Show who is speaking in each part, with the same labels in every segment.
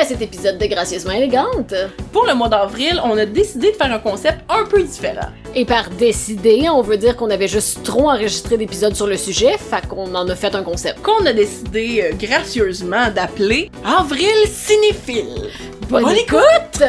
Speaker 1: à cet épisode de Gracieusement élégante.
Speaker 2: Pour le mois d'avril, on a décidé de faire un concept un peu différent.
Speaker 1: Et par décider, on veut dire qu'on avait juste trop enregistré d'épisodes sur le sujet, fait qu'on en a fait un concept.
Speaker 2: Qu'on a décidé euh, gracieusement d'appeler Avril cinéphile.
Speaker 1: Bonne
Speaker 2: écoute!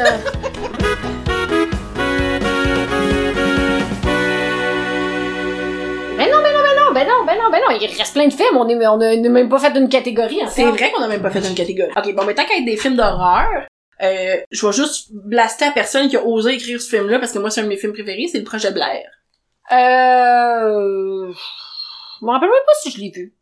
Speaker 1: Ben non, ben non, ben non, ben non, ben non, ben non, il reste plein de films, on est, on a même pas fait une catégorie en
Speaker 2: C'est vrai qu'on a même pas fait une catégorie. Ok, bon, mais tant qu'à être des films d'horreur, euh, je vais juste blaster à personne qui a osé écrire ce film-là parce que moi, c'est un de mes films préférés, c'est le projet Blair.
Speaker 1: Euh... Je me rappelle même pas si je l'ai vu.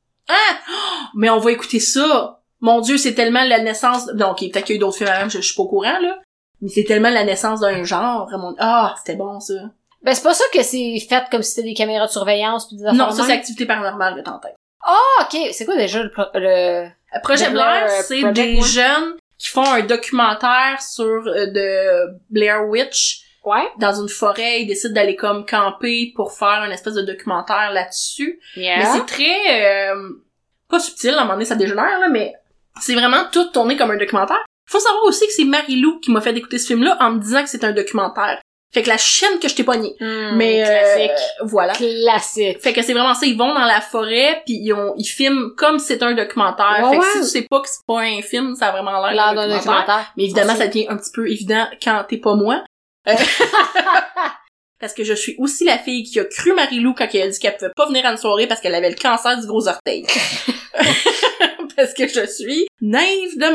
Speaker 2: Mais on va écouter ça. Mon dieu, c'est tellement la naissance... Non, ok, peut-être qu'il y a eu d'autres films avant, je, je suis pas au courant, là. Mais c'est tellement la naissance d'un genre. mon- Ah, c'était bon, ça.
Speaker 1: Ben c'est pas ça que c'est fait comme si c'était des caméras de surveillance pis des affaires
Speaker 2: Non,
Speaker 1: de
Speaker 2: ça, c'est
Speaker 1: même.
Speaker 2: Activité Paranormale, le tenté.
Speaker 1: Ah, ok, c'est quoi déjà le... pro- le...
Speaker 2: Euh, Projet
Speaker 1: The
Speaker 2: Blair,
Speaker 1: Blair, euh,
Speaker 2: c'est
Speaker 1: Project,
Speaker 2: des
Speaker 1: ouais.
Speaker 2: jeunes qui font un documentaire sur euh, de Blair Witch
Speaker 1: Ouais?
Speaker 2: dans une forêt. Ils décident d'aller comme camper pour faire un espèce de documentaire là-dessus. Mais
Speaker 1: Yeah.
Speaker 2: c'est très... euh, pas subtil, à un moment donné, ça dégénère, là, mais c'est vraiment tout tourné comme un documentaire. Faut savoir aussi que c'est Marie-Lou qui m'a fait écouter ce film-là en me disant que c'est un documentaire. Fait que la chaîne que je t'ai pognée.
Speaker 1: Hmm,
Speaker 2: mais euh,
Speaker 1: Classique.
Speaker 2: voilà.
Speaker 1: Classique.
Speaker 2: Fait que c'est vraiment ça, ils vont dans la forêt puis ils ont ils filment comme si c'était un documentaire.
Speaker 1: Ouais,
Speaker 2: fait que
Speaker 1: ouais.
Speaker 2: si tu sais pas que c'est pas un film, ça a vraiment l'air
Speaker 1: Là,
Speaker 2: d'un
Speaker 1: dans le
Speaker 2: documentaire.
Speaker 1: documentaire. Ah,
Speaker 2: Mais évidemment, ça devient un petit peu évident quand t'es pas moi. Euh, parce que je suis aussi la fille qui a cru Marie-Lou quand elle a dit qu'elle pouvait pas venir à une soirée parce qu'elle avait le cancer du gros orteil. parce que je suis naïve de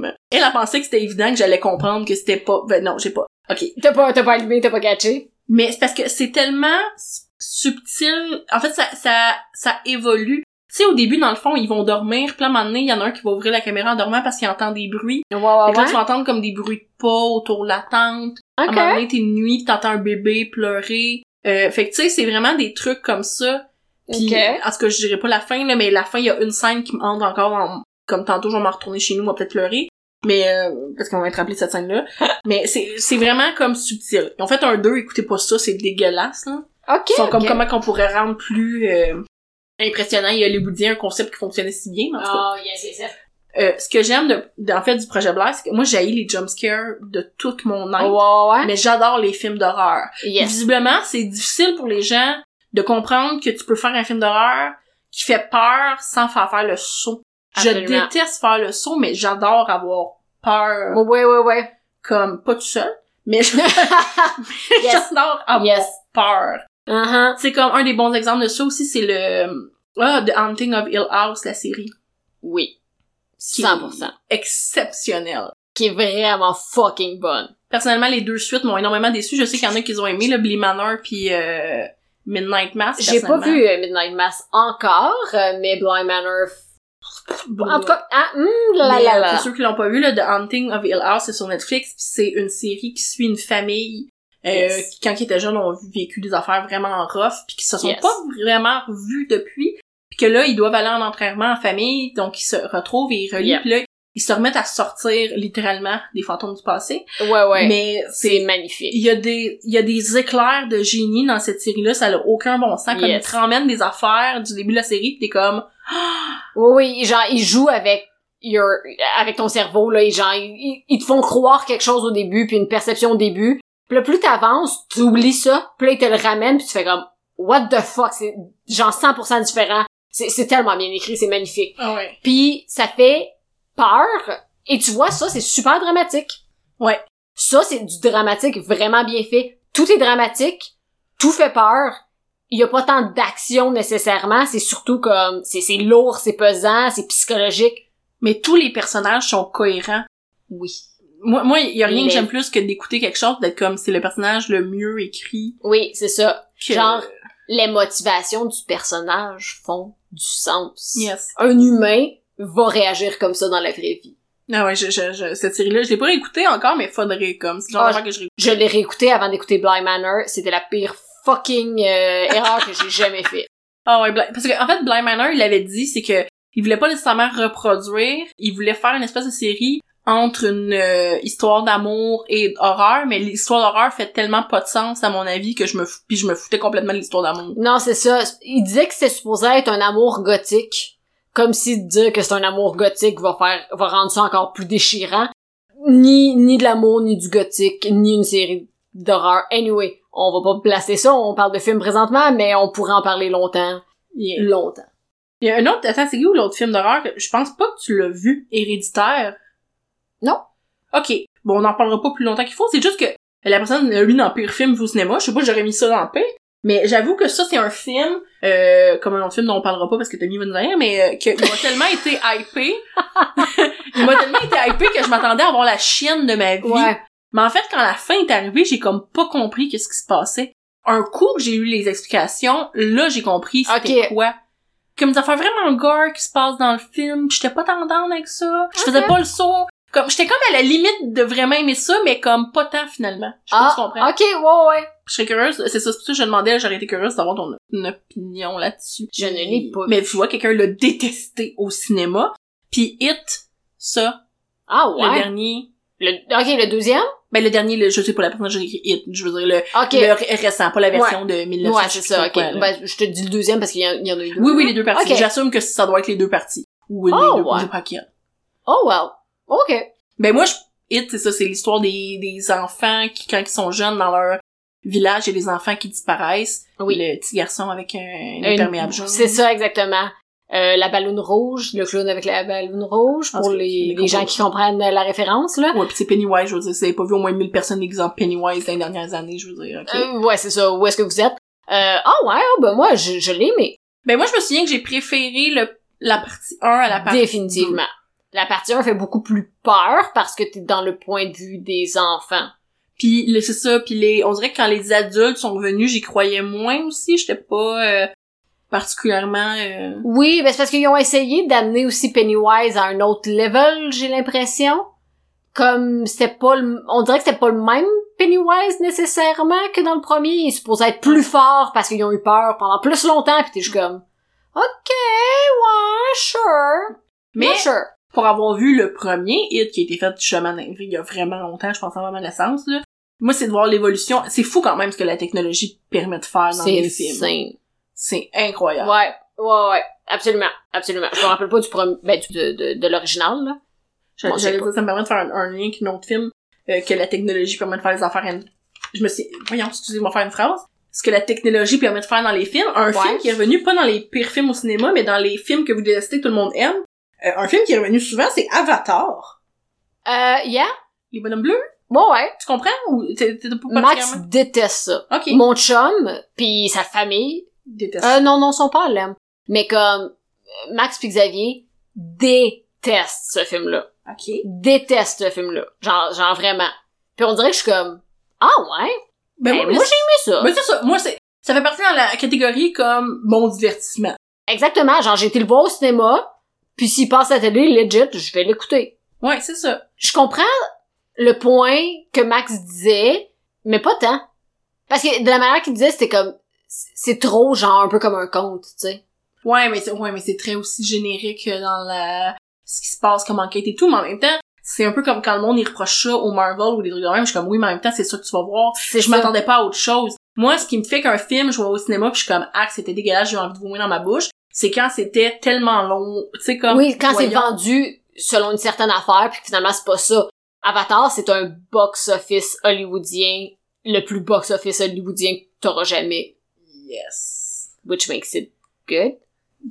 Speaker 2: même. Elle a pensé que c'était évident que j'allais comprendre que c'était pas... Ben non, j'ai pas. OK.
Speaker 1: T'as pas, t'as pas allumé, t'as pas catché.
Speaker 2: Mais c'est parce que c'est tellement s- subtil. En fait, ça, ça, ça évolue. Tu sais, au début, dans le fond, ils vont dormir. Puis là, à un moment donné, il y en a un qui va ouvrir la caméra en dormant parce qu'il entend des bruits.
Speaker 1: Ouais, ouais,
Speaker 2: Fait que là,
Speaker 1: Ah ouais.
Speaker 2: tu vas entendre comme des bruits de pas autour de la tente. À un moment
Speaker 1: Ok.
Speaker 2: donné, t'es une nuit, pis t'entends un bébé pleurer. Euh, fait que, tu sais, c'est vraiment des trucs comme ça. Puis,
Speaker 1: Ok.
Speaker 2: en tout cas, je dirais pas la fin, là, mais la fin, il y a une scène qui me hante encore. en- Comme tantôt, je vais m'en retourner chez nous, on va peut-être pleurer. Mais, euh, parce qu'on va être rappelé de cette scène-là. mais c'est c'est vraiment comme subtil. Ils ont fait un 2, écoutez pas ça, c'est dégueulasse, là.
Speaker 1: Ok.
Speaker 2: Ils sont comme
Speaker 1: ok.
Speaker 2: comment qu'on pourrait rendre plus euh, impressionnant les Hollywoodien, un concept qui fonctionnait si bien, mais en tout cas.
Speaker 1: Oh, yes, yes, yes.
Speaker 2: Euh, ce que j'aime, de, de- en fait, du projet Blair, c'est que moi, j'haïs les jumpscares de toute mon
Speaker 1: Ah Ouais,
Speaker 2: âme.
Speaker 1: ouais, ouais.
Speaker 2: Mais j'adore les films d'horreur.
Speaker 1: Yes.
Speaker 2: Visiblement, c'est difficile pour les gens de comprendre que tu peux faire un film d'horreur qui fait peur sans faire faire le saut. Je
Speaker 1: Absolument.
Speaker 2: déteste faire le saut, mais j'adore avoir peur
Speaker 1: Ouais, ouais, ouais.
Speaker 2: comme pas tout seul, mais je-
Speaker 1: Yes.
Speaker 2: j'adore avoir
Speaker 1: Yes.
Speaker 2: peur.
Speaker 1: Uh-huh.
Speaker 2: C'est comme un des bons exemples de ça aussi, c'est le ah, The Haunting of Hill House, la série.
Speaker 1: Oui.
Speaker 2: Qui-
Speaker 1: 100%.
Speaker 2: Exceptionnelle.
Speaker 1: Qui est vraiment fucking bonne.
Speaker 2: Personnellement, les deux suites m'ont énormément déçu. Je sais qu'il y en a qui les ont aimé, le Blee Manor puis euh, Midnight Mass.
Speaker 1: J'ai pas
Speaker 2: personnellement.
Speaker 1: vu euh, Midnight Mass encore, euh, mais Blind Manor... En tout cas, ah, hmm, la
Speaker 2: Mais,
Speaker 1: la
Speaker 2: euh,
Speaker 1: la.
Speaker 2: Pour ceux qui l'ont pas vu, là, The Haunting of Hill House, c'est sur Netflix, pis c'est une série qui suit une famille euh,
Speaker 1: Yes.
Speaker 2: qui, quand ils étaient jeunes, ont vécu des affaires vraiment rough, puis qui se sont
Speaker 1: Yes.
Speaker 2: pas vraiment revus depuis, puis que là, ils doivent aller en entraînement en famille, donc ils se retrouvent et ils relient,
Speaker 1: Yep.
Speaker 2: puis là, ils se remettent à sortir littéralement des fantômes du passé.
Speaker 1: Ouais, ouais.
Speaker 2: Mais
Speaker 1: C'est
Speaker 2: c'est il
Speaker 1: magnifique.
Speaker 2: y a des il y a des éclairs de génie dans cette série là ça a aucun bon sens comme
Speaker 1: Yes.
Speaker 2: ils te ramènent des affaires du début de la série pis t'es comme
Speaker 1: Oui, oui, genre, ils jouent avec your, avec ton cerveau, là, et genre, ils, ils te font croire quelque chose au début, puis une perception au début. Puis là, plus t'avances, tu oublies ça, puis là, ils te le ramènent, puis tu fais comme, what the fuck, c'est genre 100% différent. C'est c'est tellement bien écrit, c'est magnifique.
Speaker 2: ouais
Speaker 1: Puis ça fait peur, et tu vois, ça, c'est super dramatique.
Speaker 2: Ouais.
Speaker 1: Ça, c'est du dramatique vraiment bien fait. Tout est dramatique, tout fait peur. Il y a pas tant d'action nécessairement, c'est surtout comme c'est c'est lourd, c'est pesant, c'est psychologique.
Speaker 2: mais tous les personnages sont cohérents
Speaker 1: Oui.
Speaker 2: Moi, moi, y a rien
Speaker 1: Mais-
Speaker 2: que j'aime plus que d'écouter quelque chose, d'être comme c'est le personnage le mieux écrit.
Speaker 1: Oui, c'est ça.
Speaker 2: que-
Speaker 1: Genre- Les motivations du personnage font du sens.
Speaker 2: Yes.
Speaker 1: Un humain va réagir comme ça dans la vraie vie.
Speaker 2: Ah ouais, je, je, je- cette série-là, je l'ai pas réécoutée encore, mais faudrait comme. C'est le genre
Speaker 1: Ah,
Speaker 2: d'affaire que je réécoute.
Speaker 1: Je l'ai réécouté avant d'écouter Blind Manor, c'était la pire fucking euh, erreur que j'ai jamais fait.
Speaker 2: Ah ouais, Bly- parce que en fait, Blind Manor, il avait dit, c'est que il voulait pas nécessairement reproduire, il voulait faire une espèce de série entre une euh, histoire d'amour et d'horreur, mais l'histoire d'horreur fait tellement pas de sens à mon avis que je me fous, puis je me foutais complètement de l'histoire d'amour.
Speaker 1: Non, c'est ça. Il disait que c'était supposé être un amour gothique. Comme si de dire que c'est un amour gothique va faire, va rendre ça encore plus déchirant. ni, ni de l'amour, ni du gothique, ni une série d'horreur. Anyway, on va pas placer ça, on parle de films présentement, mais on pourrait en parler longtemps.
Speaker 2: Il y a-
Speaker 1: Longtemps.
Speaker 2: il y a un autre, attends, c'est où l'autre film d'horreur? que- Je pense pas que tu l'as vu, Héréditaire.
Speaker 1: Non.
Speaker 2: Ok. Bon, on en parlera pas plus longtemps qu'il faut. C'est juste que la personne a eu dans pire film vu au cinéma. Je sais pas, j'aurais mis ça dans paix. Mais j'avoue que ça, c'est un film, euh, comme un autre film dont on parlera pas parce que Tommy va nous dire, mais euh, que, il m'a tellement été hypé. il m'a tellement été hypé que je m'attendais à avoir la chienne de ma vie.
Speaker 1: Ouais.
Speaker 2: Mais en fait, quand la fin est arrivée, j'ai comme pas compris qu'est-ce qui se passait. Un coup que j'ai eu les explications, là, j'ai compris c'était
Speaker 1: Ok.
Speaker 2: quoi. Comme des affaires vraiment gore qui se passent dans le film, puis j'étais pas tendance avec ça. Je faisais
Speaker 1: Ok.
Speaker 2: pas le saut. Comme, j'étais comme à la limite de vraiment aimer ça, mais comme pas tant finalement. Je sais pas si tu comprends.
Speaker 1: Ah, ok, ouais, ouais.
Speaker 2: Je serais curieuse, c'est ça, c'est pour ça que je demandais, j'aurais été curieuse d'avoir ton ton opinion là-dessus.
Speaker 1: Je ne l'ai pas.
Speaker 2: Mais tu vois, quelqu'un l'a détesté au cinéma, puis It, ça,
Speaker 1: Ah,
Speaker 2: le
Speaker 1: ouais.
Speaker 2: dernier,
Speaker 1: Le ok, le deuxième?
Speaker 2: ben le dernier, le- je sais pas la personne, j'ai écrit It, je veux dire le,
Speaker 1: Ok.
Speaker 2: le ré- récent, pas la version de 1900.
Speaker 1: ouais, c'est ça, ok.
Speaker 2: quoi, là.
Speaker 1: Ben, je te dis le deuxième parce qu'il y, en- il y en a eu deux.
Speaker 2: oui, oui, les deux parties.
Speaker 1: Ok.
Speaker 2: J'assume que ça doit être les deux parties. Ou les
Speaker 1: Oh,
Speaker 2: deux,
Speaker 1: ouais.
Speaker 2: je sais pas laquelle.
Speaker 1: Oh, wow. Ok.
Speaker 2: Ben moi, je, It, c'est ça, c'est l'histoire des, des enfants qui, quand ils sont jeunes dans leur village, et les enfants qui disparaissent.
Speaker 1: Oui.
Speaker 2: Le petit garçon avec un
Speaker 1: Une-
Speaker 2: imperméable jaune.
Speaker 1: C'est ça, exactement. Euh, la balloune rouge, le clown avec la balloune rouge,
Speaker 2: Ah,
Speaker 1: pour
Speaker 2: c'est-
Speaker 1: les,
Speaker 2: les
Speaker 1: les gens
Speaker 2: compos-
Speaker 1: qui comprennent la référence, là.
Speaker 2: Ouais, pis c'est Pennywise, je veux dire, c'est pas vu au moins 1000 personnes déguisées en Pennywise dans les dernières années, je veux dire, ok.
Speaker 1: Euh, ouais, c'est ça. Où est-ce que vous êtes? Euh, ah ouais, ah, ben moi, je, je l'ai, mais
Speaker 2: Ben moi, je me souviens que j'ai préféré le, la partie 1 à la partie
Speaker 1: définitivement. La partie 1 fait beaucoup plus peur parce que t'es dans le point de vue des enfants.
Speaker 2: Puis le- c'est ça, puis les on dirait que quand les adultes sont venus, j'y croyais moins aussi, j'étais pas euh, particulièrement euh,
Speaker 1: Oui, ben c'est parce qu'ils ont essayé d'amener aussi Pennywise à un autre level, j'ai l'impression. Comme c'était pas le, on dirait que c'était pas le même Pennywise nécessairement que dans le premier. Il est supposé être plus fort parce qu'ils ont eu peur pendant plus longtemps pis t'es juste comme, ok, ouais, sure.
Speaker 2: mais
Speaker 1: Ouais, sure.
Speaker 2: pour avoir vu le premier hit qui a été fait justement dans- il y a vraiment longtemps, je pense avant ma naissance là. Moi, c'est de voir l'évolution. C'est fou quand même ce que la technologie permet de faire dans
Speaker 1: C'est
Speaker 2: les films.
Speaker 1: insane.
Speaker 2: C'est incroyable.
Speaker 1: Ouais, ouais, ouais. Absolument, absolument. Je me rappelle pas du premier, ben, du- de, de, de l'original, là.
Speaker 2: J'a-
Speaker 1: Moi, je sais
Speaker 2: J'allais
Speaker 1: pas.
Speaker 2: dire, ça me permet de faire un, un lien avec un autre film euh, que la technologie permet de faire les affaires. en- Je me suis, voyons, excusez-moi, faire une phrase. Ce que la technologie permet de faire dans les films, un
Speaker 1: Ouais.
Speaker 2: film qui est revenu pas dans les pires films au cinéma, mais dans les films que vous détestez, que tout le monde aime. Euh, un film qui est revenu souvent, c'est Avatar.
Speaker 1: Euh, yeah?
Speaker 2: Les bonhommes bleus,
Speaker 1: Ouais, ouais.
Speaker 2: tu comprends ou t'es t'es pas
Speaker 1: Max
Speaker 2: particulièrement-
Speaker 1: déteste ça.
Speaker 2: Ok.
Speaker 1: Mon chum, puis sa famille,
Speaker 2: Déteste.
Speaker 1: Euh, non, non, son père l'aime. Mais comme euh, Max puis Xavier détestent ce film-là.
Speaker 2: ok.
Speaker 1: Détestent ce film-là. Genre, genre vraiment. Puis on dirait que je suis comme Ah ouais?
Speaker 2: Ben,
Speaker 1: Ben,
Speaker 2: moi,
Speaker 1: moi, Mais
Speaker 2: j'ai aimé
Speaker 1: ça!
Speaker 2: Mais c'est ça. Moi, c'est ça fait partie dans la catégorie comme bon divertissement.
Speaker 1: Exactement, genre j'ai été le voir au cinéma, puis s'il passe à la télé, legit, je vais l'écouter.
Speaker 2: Ouais, c'est ça.
Speaker 1: Je comprends le point que Max disait, mais pas tant. Parce que de la manière qu'il disait, c'était comme c'est trop genre un peu comme un conte, tu sais.
Speaker 2: Ouais, mais c'est, ouais, mais c'est très aussi générique euh, dans la, ce qui se passe comme enquête et tout, mais en même temps, c'est un peu comme quand le monde, il reproche ça au Marvel ou des trucs de même, je suis comme, oui, mais en même temps, c'est ça que tu vas voir.
Speaker 1: C'est
Speaker 2: Je m'attendais pas à autre chose. Moi, ce qui me fait qu'un film, je vois au cinéma puis je suis comme, ah, c'était dégueulasse, j'ai envie de vomir dans ma bouche, c'est quand c'était tellement long, tu sais, comme.
Speaker 1: Oui, quand c'est
Speaker 2: voyons.
Speaker 1: vendu selon une certaine affaire, puis que finalement c'est pas ça. Avatar, c'est un box-office hollywoodien, le plus box-office hollywoodien que t'auras jamais,
Speaker 2: Yes.
Speaker 1: which makes it good.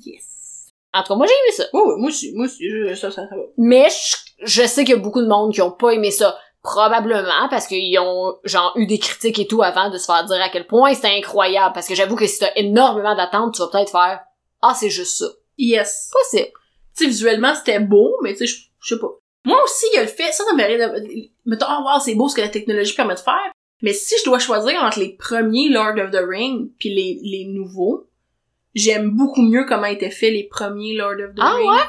Speaker 2: Yes.
Speaker 1: En tout cas, moi j'ai aimé ça.
Speaker 2: Oh, oui, moi aussi, moi aussi, je- ça, ça, ça va.
Speaker 1: Mais je, je sais qu'il y a beaucoup de monde qui ont pas aimé ça. Probablement parce qu'ils ont genre eu des critiques et tout avant de se faire dire à quel point c'était incroyable. Parce que j'avoue que si t'as énormément d'attentes, tu vas peut-être faire Ah, c'est juste ça.
Speaker 2: Yes.
Speaker 1: Possible.
Speaker 2: tu sais, visuellement, c'était beau, mais tu sais, je- je sais pas. Moi aussi, il y a le fait, ça, ça me fait rire de- Mettons, oh wow, c'est beau ce que la technologie permet de faire. Mais si je dois choisir entre les premiers Lord of the Ring puis les, les nouveaux, j'aime beaucoup mieux comment étaient faits les premiers Lord of the
Speaker 1: Ah,
Speaker 2: Ring.
Speaker 1: ouais?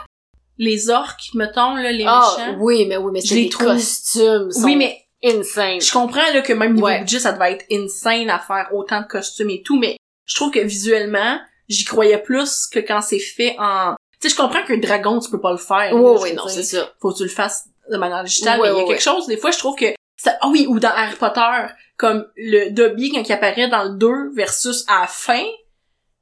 Speaker 2: Les orques, mettons, là, les
Speaker 1: Ah,
Speaker 2: méchants.
Speaker 1: oui, mais oui, mais
Speaker 2: Je
Speaker 1: c'est
Speaker 2: les
Speaker 1: les
Speaker 2: trouve-
Speaker 1: costumes. Sont
Speaker 2: Oui, mais
Speaker 1: Insane.
Speaker 2: je comprends là, que même niveau
Speaker 1: Ouais.
Speaker 2: budget, ça devait être insane à faire autant de costumes et tout, mais je trouve que visuellement, j'y croyais plus que quand c'est fait en... Tu sais, je comprends qu'un dragon, tu peux pas le faire.
Speaker 1: Oui,
Speaker 2: là, je
Speaker 1: oui,
Speaker 2: veux
Speaker 1: non,
Speaker 2: dire
Speaker 1: c'est ça.
Speaker 2: faut que tu le fasses de manière digitale,
Speaker 1: Ouais,
Speaker 2: mais il y a
Speaker 1: ouais,
Speaker 2: quelque chose, des fois, je trouve que ça, ah oui, ou dans Harry Potter, comme le Dobby quand il apparaît dans le 2 versus à la fin,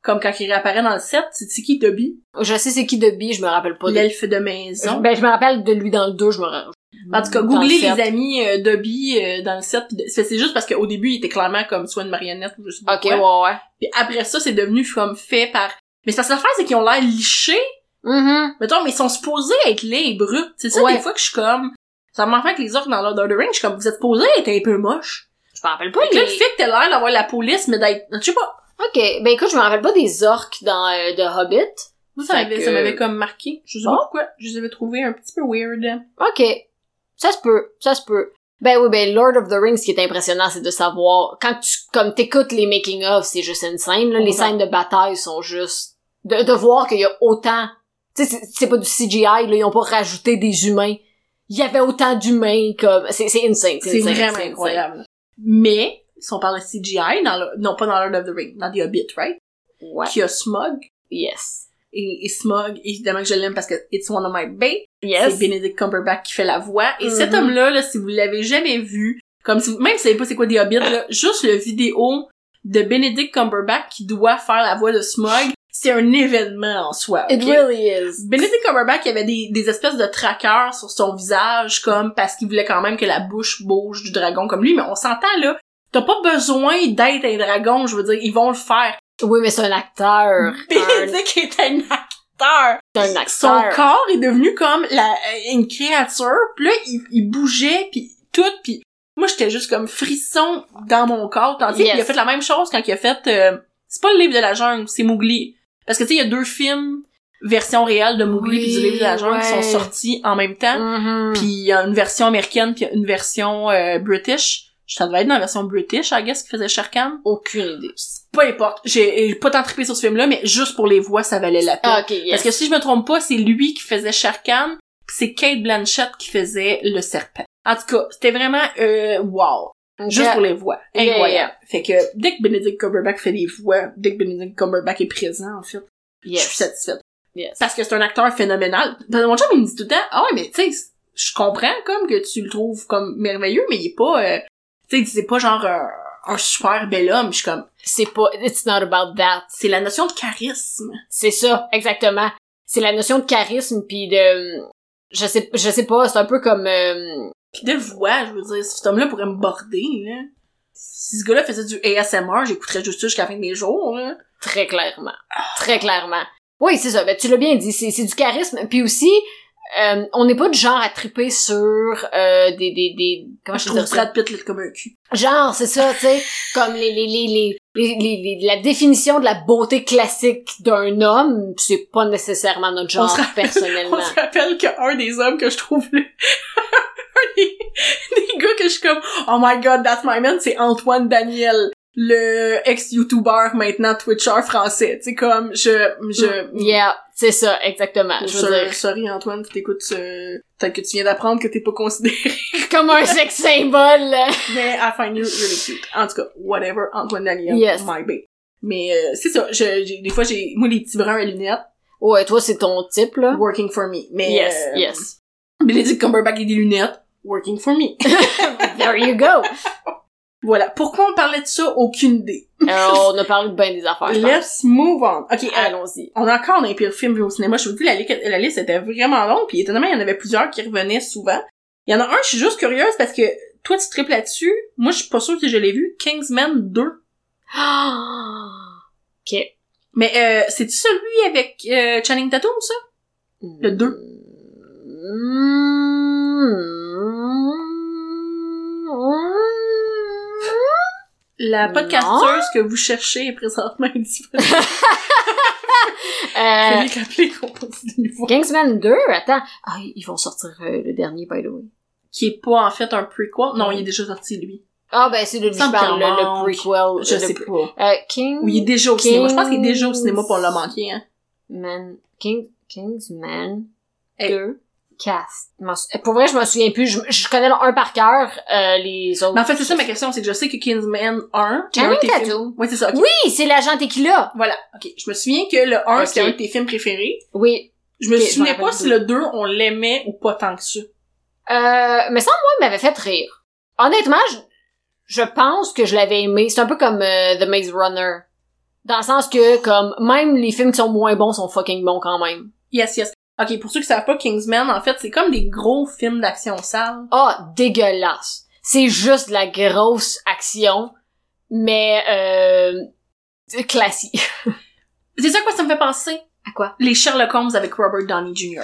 Speaker 2: comme quand il réapparaît dans le 7, c'est c'est qui Dobby?
Speaker 1: Je sais c'est qui de bi, je me rappelle pas. de-
Speaker 2: L'elfe de maison.
Speaker 1: Ben, je me rappelle de lui dans le 2, je me rappelle.
Speaker 2: En tout cas,
Speaker 1: Dans
Speaker 2: googlez
Speaker 1: le set.
Speaker 2: les amis euh, Dobby euh, dans le set. pis de- C'est c'est juste parce qu'au début, il était clairement comme soit une marionnette ou je sais pas
Speaker 1: Ok,
Speaker 2: quoi.
Speaker 1: ouais, ouais.
Speaker 2: Puis après ça, c'est devenu comme fait par... Mais c'est parce que l'affaire, c'est qu'ils ont l'air lichés.
Speaker 1: Mhm.
Speaker 2: Mettons, mais ils sont supposés être laids et bruts. C'est ça,
Speaker 1: Ouais.
Speaker 2: des fois que je suis comme... Ça me fait que les orques dans Lord of the Rings, je suis comme, vous êtes supposés être un peu moche.
Speaker 1: Je m'en rappelle pas.
Speaker 2: Là, le
Speaker 1: les-
Speaker 2: fait que t'aies l'air d'avoir la police, mais d'être... Je sais pas.
Speaker 1: Ok, ben écoute, je me rappelle pas des orques dans euh, The Hobbit.
Speaker 2: Moi, ça
Speaker 1: Fait
Speaker 2: m'avait
Speaker 1: que-
Speaker 2: ça m'avait comme marqué. Je sais
Speaker 1: Ah.
Speaker 2: pas pourquoi. Je les avais trouvés un petit peu weird.
Speaker 1: Ok, ça se peut, ça se peut. Ben oui, ben Lord of the Rings, ce qui est impressionnant, c'est de savoir quand tu comme t'écoutes les making of, c'est juste une scène. Là, les
Speaker 2: Ouais.
Speaker 1: scènes de bataille sont juste de, de voir qu'il y a autant. Tu sais, c'est- c'est pas du CGI. Là, ils ont pas rajouté des humains. Il y avait autant d'humains comme c'est c'est insane.
Speaker 2: C'est
Speaker 1: insane,
Speaker 2: vraiment
Speaker 1: c'est insane.
Speaker 2: incroyable. Mais, si on parle de CGI, dans le- non pas dans Lord of the Rings, dans The Hobbit, right?
Speaker 1: Ouais.
Speaker 2: Qui a Smog.
Speaker 1: Yes.
Speaker 2: Et, et Smog, évidemment que je l'aime parce que it's one of my bae.
Speaker 1: Yes.
Speaker 2: C'est Benedict Cumberbatch qui fait la voix. Et cet
Speaker 1: Mhm.
Speaker 2: homme-là, là, si vous l'avez jamais vu, comme si vous, même si vous savez pas c'est quoi The Hobbit, là, juste le vidéo de Benedict Cumberbatch qui doit faire la voix de Smog, c'est un événement en soi.
Speaker 1: It
Speaker 2: ok?
Speaker 1: really is.
Speaker 2: Benedict Cumberbatch il avait des, des espèces de trackers sur son visage, comme parce qu'il voulait quand même que la bouche bouge du dragon comme lui, mais on s'entend là. T'as pas besoin d'être un dragon, je veux dire, ils vont le faire.
Speaker 1: Oui, mais c'est un acteur. Un-
Speaker 2: Benedict est un acteur.
Speaker 1: C'est un
Speaker 2: Son
Speaker 1: acteur.
Speaker 2: corps est devenu comme la, euh, une créature, puis là, il, il bougeait, puis tout, puis moi, j'étais juste comme frisson dans mon corps, tandis
Speaker 1: Yes.
Speaker 2: qu'il a fait la même chose quand il a fait... euh, c'est pas le livre de la jungle, c'est Mowgli. Parce que, tu sais, il y a deux films version réelle de Mowgli
Speaker 1: Oui,
Speaker 2: puis du livre de la jungle qui
Speaker 1: ouais.
Speaker 2: sont sortis en même temps,
Speaker 1: Mhm.
Speaker 2: hein? puis il y a une version américaine, puis une version euh, british. Ça devait être dans la version british, I guess, qui faisait Shere Khan.
Speaker 1: Aucune idée.
Speaker 2: Peu importe, j'ai j'ai pas tant trippé sur ce film-là, mais juste pour les voix, ça valait la peine.
Speaker 1: Ah, ok, yes.
Speaker 2: Parce que si je me trompe pas, c'est lui qui faisait Shere Khan, pis c'est Kate Blanchett qui faisait le serpent. En tout cas, c'était vraiment euh, wow.
Speaker 1: Ok.
Speaker 2: Juste pour les voix.
Speaker 1: Yeah,
Speaker 2: Incroyable.
Speaker 1: yeah.
Speaker 2: Fait que dès que Benedict Cumberbatch fait des voix, dès que Benedict Cumberbatch est présent, en fait, je suis
Speaker 1: Yes.
Speaker 2: satisfaite.
Speaker 1: Yes.
Speaker 2: Parce que c'est un acteur phénoménal. Dans mon chum, il me dit tout le temps, ah ouais, mais tu sais, je comprends comme que tu le trouves comme merveilleux, mais il est pas, euh, tu sais, c'est pas genre un, un super bel homme. Je suis comme,
Speaker 1: C'est pas, it's not about that.
Speaker 2: c'est la notion de charisme.
Speaker 1: C'est ça, exactement. C'est la notion de charisme puis de je sais je sais pas, c'est un peu comme euh,
Speaker 2: Pis de voix, je veux dire, cet homme-là pourrait me border, là. Si ce gars-là faisait du ASMR, j'écouterais juste ça jusqu'à la fin de mes jours, là.
Speaker 1: très clairement, très clairement. Oui, c'est ça. Ben, tu l'as bien dit, c'est c'est du charisme puis aussi euh, on n'est pas du genre à triper sur euh, des des des comment
Speaker 2: Moi, je
Speaker 1: je peux dire
Speaker 2: trouve
Speaker 1: ça
Speaker 2: Brad Pitt là, comme un cul.
Speaker 1: genre c'est ça tu sais comme les les les les les- les- les- la définition de la beauté classique d'un homme, c'est pas nécessairement notre
Speaker 2: On
Speaker 1: genre
Speaker 2: se rappelle-
Speaker 1: personnellement.
Speaker 2: On se rappelle qu'un des hommes que je trouve le... un des... des gars que je suis comme « Oh my God, that's my man », c'est Antoine Daniel, le ex-YouTuber, maintenant Twitcher français. Tu sais, comme, je... je...
Speaker 1: Mm, Yeah, c'est ça exactement. Je veux
Speaker 2: Sorry,
Speaker 1: dire
Speaker 2: sorry, Antoine, tu t'écoutes ce... Peut-être que tu viens d'apprendre que t'es pas considéré,
Speaker 1: comme un sex symbole.
Speaker 2: mais I find you really cute. En tout cas, whatever, Antoine Daniel,
Speaker 1: Yes.
Speaker 2: my babe. Mais euh, c'est ça, je, j'ai- des fois, j'ai moi, les petits bruns à lunettes,
Speaker 1: Ouais, toi, c'est ton type, là.
Speaker 2: working for me. Mais,
Speaker 1: Yes,
Speaker 2: euh,
Speaker 1: yes.
Speaker 2: Benedict Cumberbatch et des lunettes, working for me.
Speaker 1: There you go.
Speaker 2: Voilà. Pourquoi on parlait de ça? Aucune idée.
Speaker 1: Euh, on a parlé de bien des affaires. je pense.
Speaker 2: Let's move on. OK, alors,
Speaker 1: Allons-y.
Speaker 2: on a encore un pire film vu au cinéma. Je vous dis, la, li- la liste était vraiment longue, puis étonnamment, il y en avait plusieurs qui revenaient souvent. Il y en a un, je suis juste curieuse, parce que toi, tu triples là-dessus. Moi, je suis pas sûre si je l'ai vu. Kingsman 2.
Speaker 1: Ah.
Speaker 2: Mais euh, c'est-tu celui avec euh, Channing Tatum, ça? Le deux.
Speaker 1: Mm.
Speaker 2: La
Speaker 1: Non.
Speaker 2: podcasteuse que vous cherchez est présentement disponible.
Speaker 1: Euh,
Speaker 2: Fallait l'appeler qu'on continue de voir.
Speaker 1: Kingsman 2, attends. Ah, ils vont sortir euh, le dernier, by the way.
Speaker 2: Qui est pas, en fait, un prequel. Non,
Speaker 1: Mm.
Speaker 2: il est déjà sorti, lui.
Speaker 1: Ah, ben, c'est de lui que je
Speaker 2: Semble
Speaker 1: parle,
Speaker 2: qu'il en
Speaker 1: le, le
Speaker 2: manque.
Speaker 1: prequel.
Speaker 2: Je
Speaker 1: le
Speaker 2: sais
Speaker 1: pre-
Speaker 2: pas.
Speaker 1: Euh, King...
Speaker 2: Ou il est déjà au cinéma. Je pense qu'il est déjà au cinéma pour l'a manqué, hein.
Speaker 1: Man... King... Kingsman...
Speaker 2: Hey.
Speaker 1: 2... Cast. Je m'en sou- Pour vrai, je m'en souviens plus. Je, je connais un par cœur, euh, les autres. Ah
Speaker 2: Mais en fait, c'est ça ma question, c'est que je sais que Kingsman 1...
Speaker 1: Channing
Speaker 2: un de tes
Speaker 1: Tatum.
Speaker 2: films- Ouais, c'est ça. ok.
Speaker 1: Oui, c'est l'agent Tequila.
Speaker 2: Voilà. Ok. Je me souviens que le 1,
Speaker 1: Ok.
Speaker 2: c'était un de tes films préférés.
Speaker 1: Oui.
Speaker 2: Je me
Speaker 1: Ok, je
Speaker 2: souvenais
Speaker 1: m'en
Speaker 2: pas
Speaker 1: rappelle
Speaker 2: si le 2, on l'aimait ou pas tant que ça.
Speaker 1: Euh, mais ça, moi, il m'avait fait rire. Honnêtement, je, je pense que je l'avais aimé. C'est un peu comme euh, The Maze Runner. Dans le sens que, comme, même les films qui sont moins bons sont fucking bons quand même.
Speaker 2: Yes, yes. Ok, pour ceux qui savent pas, Kingsman, en fait, c'est comme des gros films d'action sale.
Speaker 1: Ah, dégueulasse. C'est juste de la grosse action, mais euh, classique.
Speaker 2: C'est ça quoi ça me fait penser?
Speaker 1: À quoi?
Speaker 2: Les Sherlock Holmes avec Robert Downey Jr.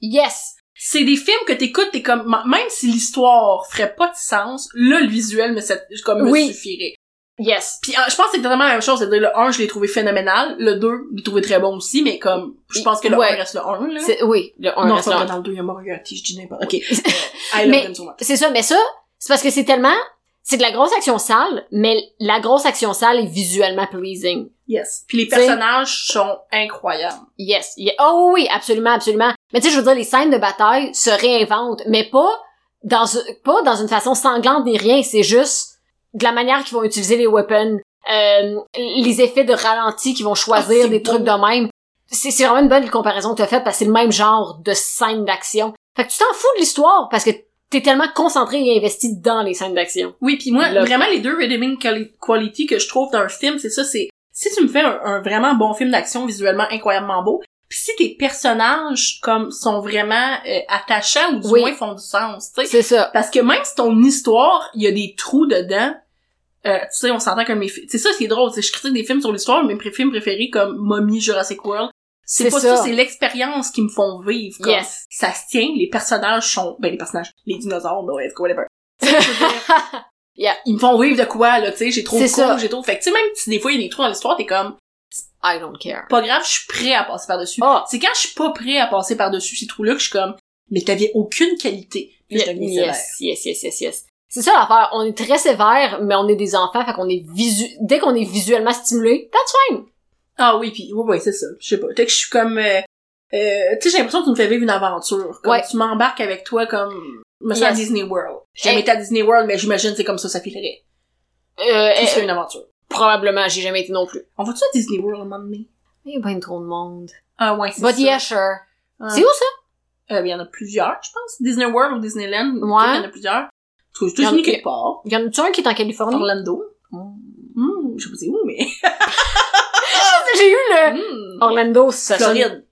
Speaker 1: Yes!
Speaker 2: C'est des films que t'écoutes, t'es comme, m- même si l'histoire ferait pas de sens, là, le visuel me, sat- comme, me
Speaker 1: Oui.
Speaker 2: suffirait.
Speaker 1: Yes.
Speaker 2: Puis euh, je pense que c'est exactement la même chose, c'est-à-dire le 1, je l'ai trouvé phénoménal, le 2, je l'ai trouvé très bon aussi, mais comme, je pense que le
Speaker 1: Ouais.
Speaker 2: 1 reste le 1, là.
Speaker 1: C'est- Oui, le un
Speaker 2: non,
Speaker 1: reste
Speaker 2: c'est pas
Speaker 1: un.
Speaker 2: vrai, dans le 2, il y a Moriarty, je dis n'importe Ok. I love
Speaker 1: Mais-
Speaker 2: them so much.
Speaker 1: C'est ça, mais ça, c'est parce que c'est tellement... C'est de la grosse action sale, mais la grosse action sale est visuellement pleasing.
Speaker 2: Yes. Puis les
Speaker 1: T'sais-
Speaker 2: personnages sont incroyables.
Speaker 1: Yes. Ye- Oh oui, absolument, absolument. Mais tu sais, je veux dire, les scènes de bataille se réinventent, mais pas dans, pas dans une façon sanglante ni rien, c'est juste de la manière qu'ils vont utiliser les weapons, euh, les effets de ralenti qu'ils vont
Speaker 2: Ah,
Speaker 1: choisir,
Speaker 2: c'est
Speaker 1: des
Speaker 2: beau.
Speaker 1: trucs de même. C'est c'est vraiment une bonne comparaison que t'as faite parce que c'est le même genre de scène d'action. Fait que tu t'en fous de l'histoire parce que t'es tellement concentré et investi dans les scènes d'action.
Speaker 2: Oui, puis moi,
Speaker 1: Là-
Speaker 2: vraiment, les deux redeeming quali- quality que je trouve d'un film, c'est ça, c'est si tu me fais un, un vraiment bon film d'action visuellement incroyablement beau, puis si tes personnages comme sont vraiment euh, attachants ou du
Speaker 1: Oui.
Speaker 2: moins font du sens, tu sais.
Speaker 1: C'est ça.
Speaker 2: Parce que même si ton histoire, il y a des trous dedans, euh, tu sais, on s'entend que mes fi- C'est ça, c'est drôle, tu sais, je critique des films sur l'histoire, mais mes pré- films préférés comme Mommy, Jurassic World, c'est
Speaker 1: C'est
Speaker 2: pas ça,
Speaker 1: ça.
Speaker 2: c'est l'expérience qui me font vivre. Comme,
Speaker 1: Yes.
Speaker 2: Ça se tient, les personnages sont... Ben, les personnages, les dinosaures, ben, whatever. Ils me font vivre de quoi, là, tu sais, j'ai trop de
Speaker 1: C'est ça.
Speaker 2: cool, j'ai trop... Fait que, tu sais, même si des fois, il y a des trous dans l'histoire, t'es comme,
Speaker 1: I don't care.
Speaker 2: pas grave, je suis prêt à passer par-dessus.
Speaker 1: Ah.
Speaker 2: C'est quand je suis pas prêt à passer par-dessus ces trous-là que je suis comme, mais t'avais aucune qualité. Puis je deviens sévère.
Speaker 1: yes, yes, yes, yes, yes. C'est ça l'affaire. On est très sévère, mais on est des enfants, fait qu'on est visu... dès qu'on est visuellement stimulé, that's fine.
Speaker 2: Ah oui, puis ouais, ouais, c'est ça. Je sais pas. T'es que je suis comme euh, euh, tu sais, j'ai l'impression que tu me fais vivre une aventure. Comme
Speaker 1: Ouais.
Speaker 2: tu m'embarques avec toi comme me sens à
Speaker 1: Yes. Eh.
Speaker 2: Disney World. J'ai jamais
Speaker 1: Hey.
Speaker 2: été à Disney World, mais j'imagine que c'est comme ça ça filerait.
Speaker 1: Euh,
Speaker 2: Tout
Speaker 1: euh,
Speaker 2: serait une aventure.
Speaker 1: probablement, j'ai jamais été non plus.
Speaker 2: On va-tu à Disney World un moment donné?
Speaker 1: Il y a bien trop de monde.
Speaker 2: Ah ouais, c'est
Speaker 1: Body
Speaker 2: ça.
Speaker 1: Asher.
Speaker 2: Ah.
Speaker 1: C'est où ça?
Speaker 2: Euh, il y en a plusieurs, je pense. Disney World ou Disneyland. au
Speaker 1: Ouais.
Speaker 2: Québec, Il y en a plusieurs. Tu
Speaker 1: Il y en a-
Speaker 2: États-Unis quelque part.
Speaker 1: Il y en a-tu un qui est en Californie?
Speaker 2: Orlando.
Speaker 1: Mm. Ah,
Speaker 2: Hmm, je sais pas c'est où, mais...
Speaker 1: J'ai eu le...
Speaker 2: Hmm.
Speaker 1: Orlando, ça sonne-
Speaker 2: Floride.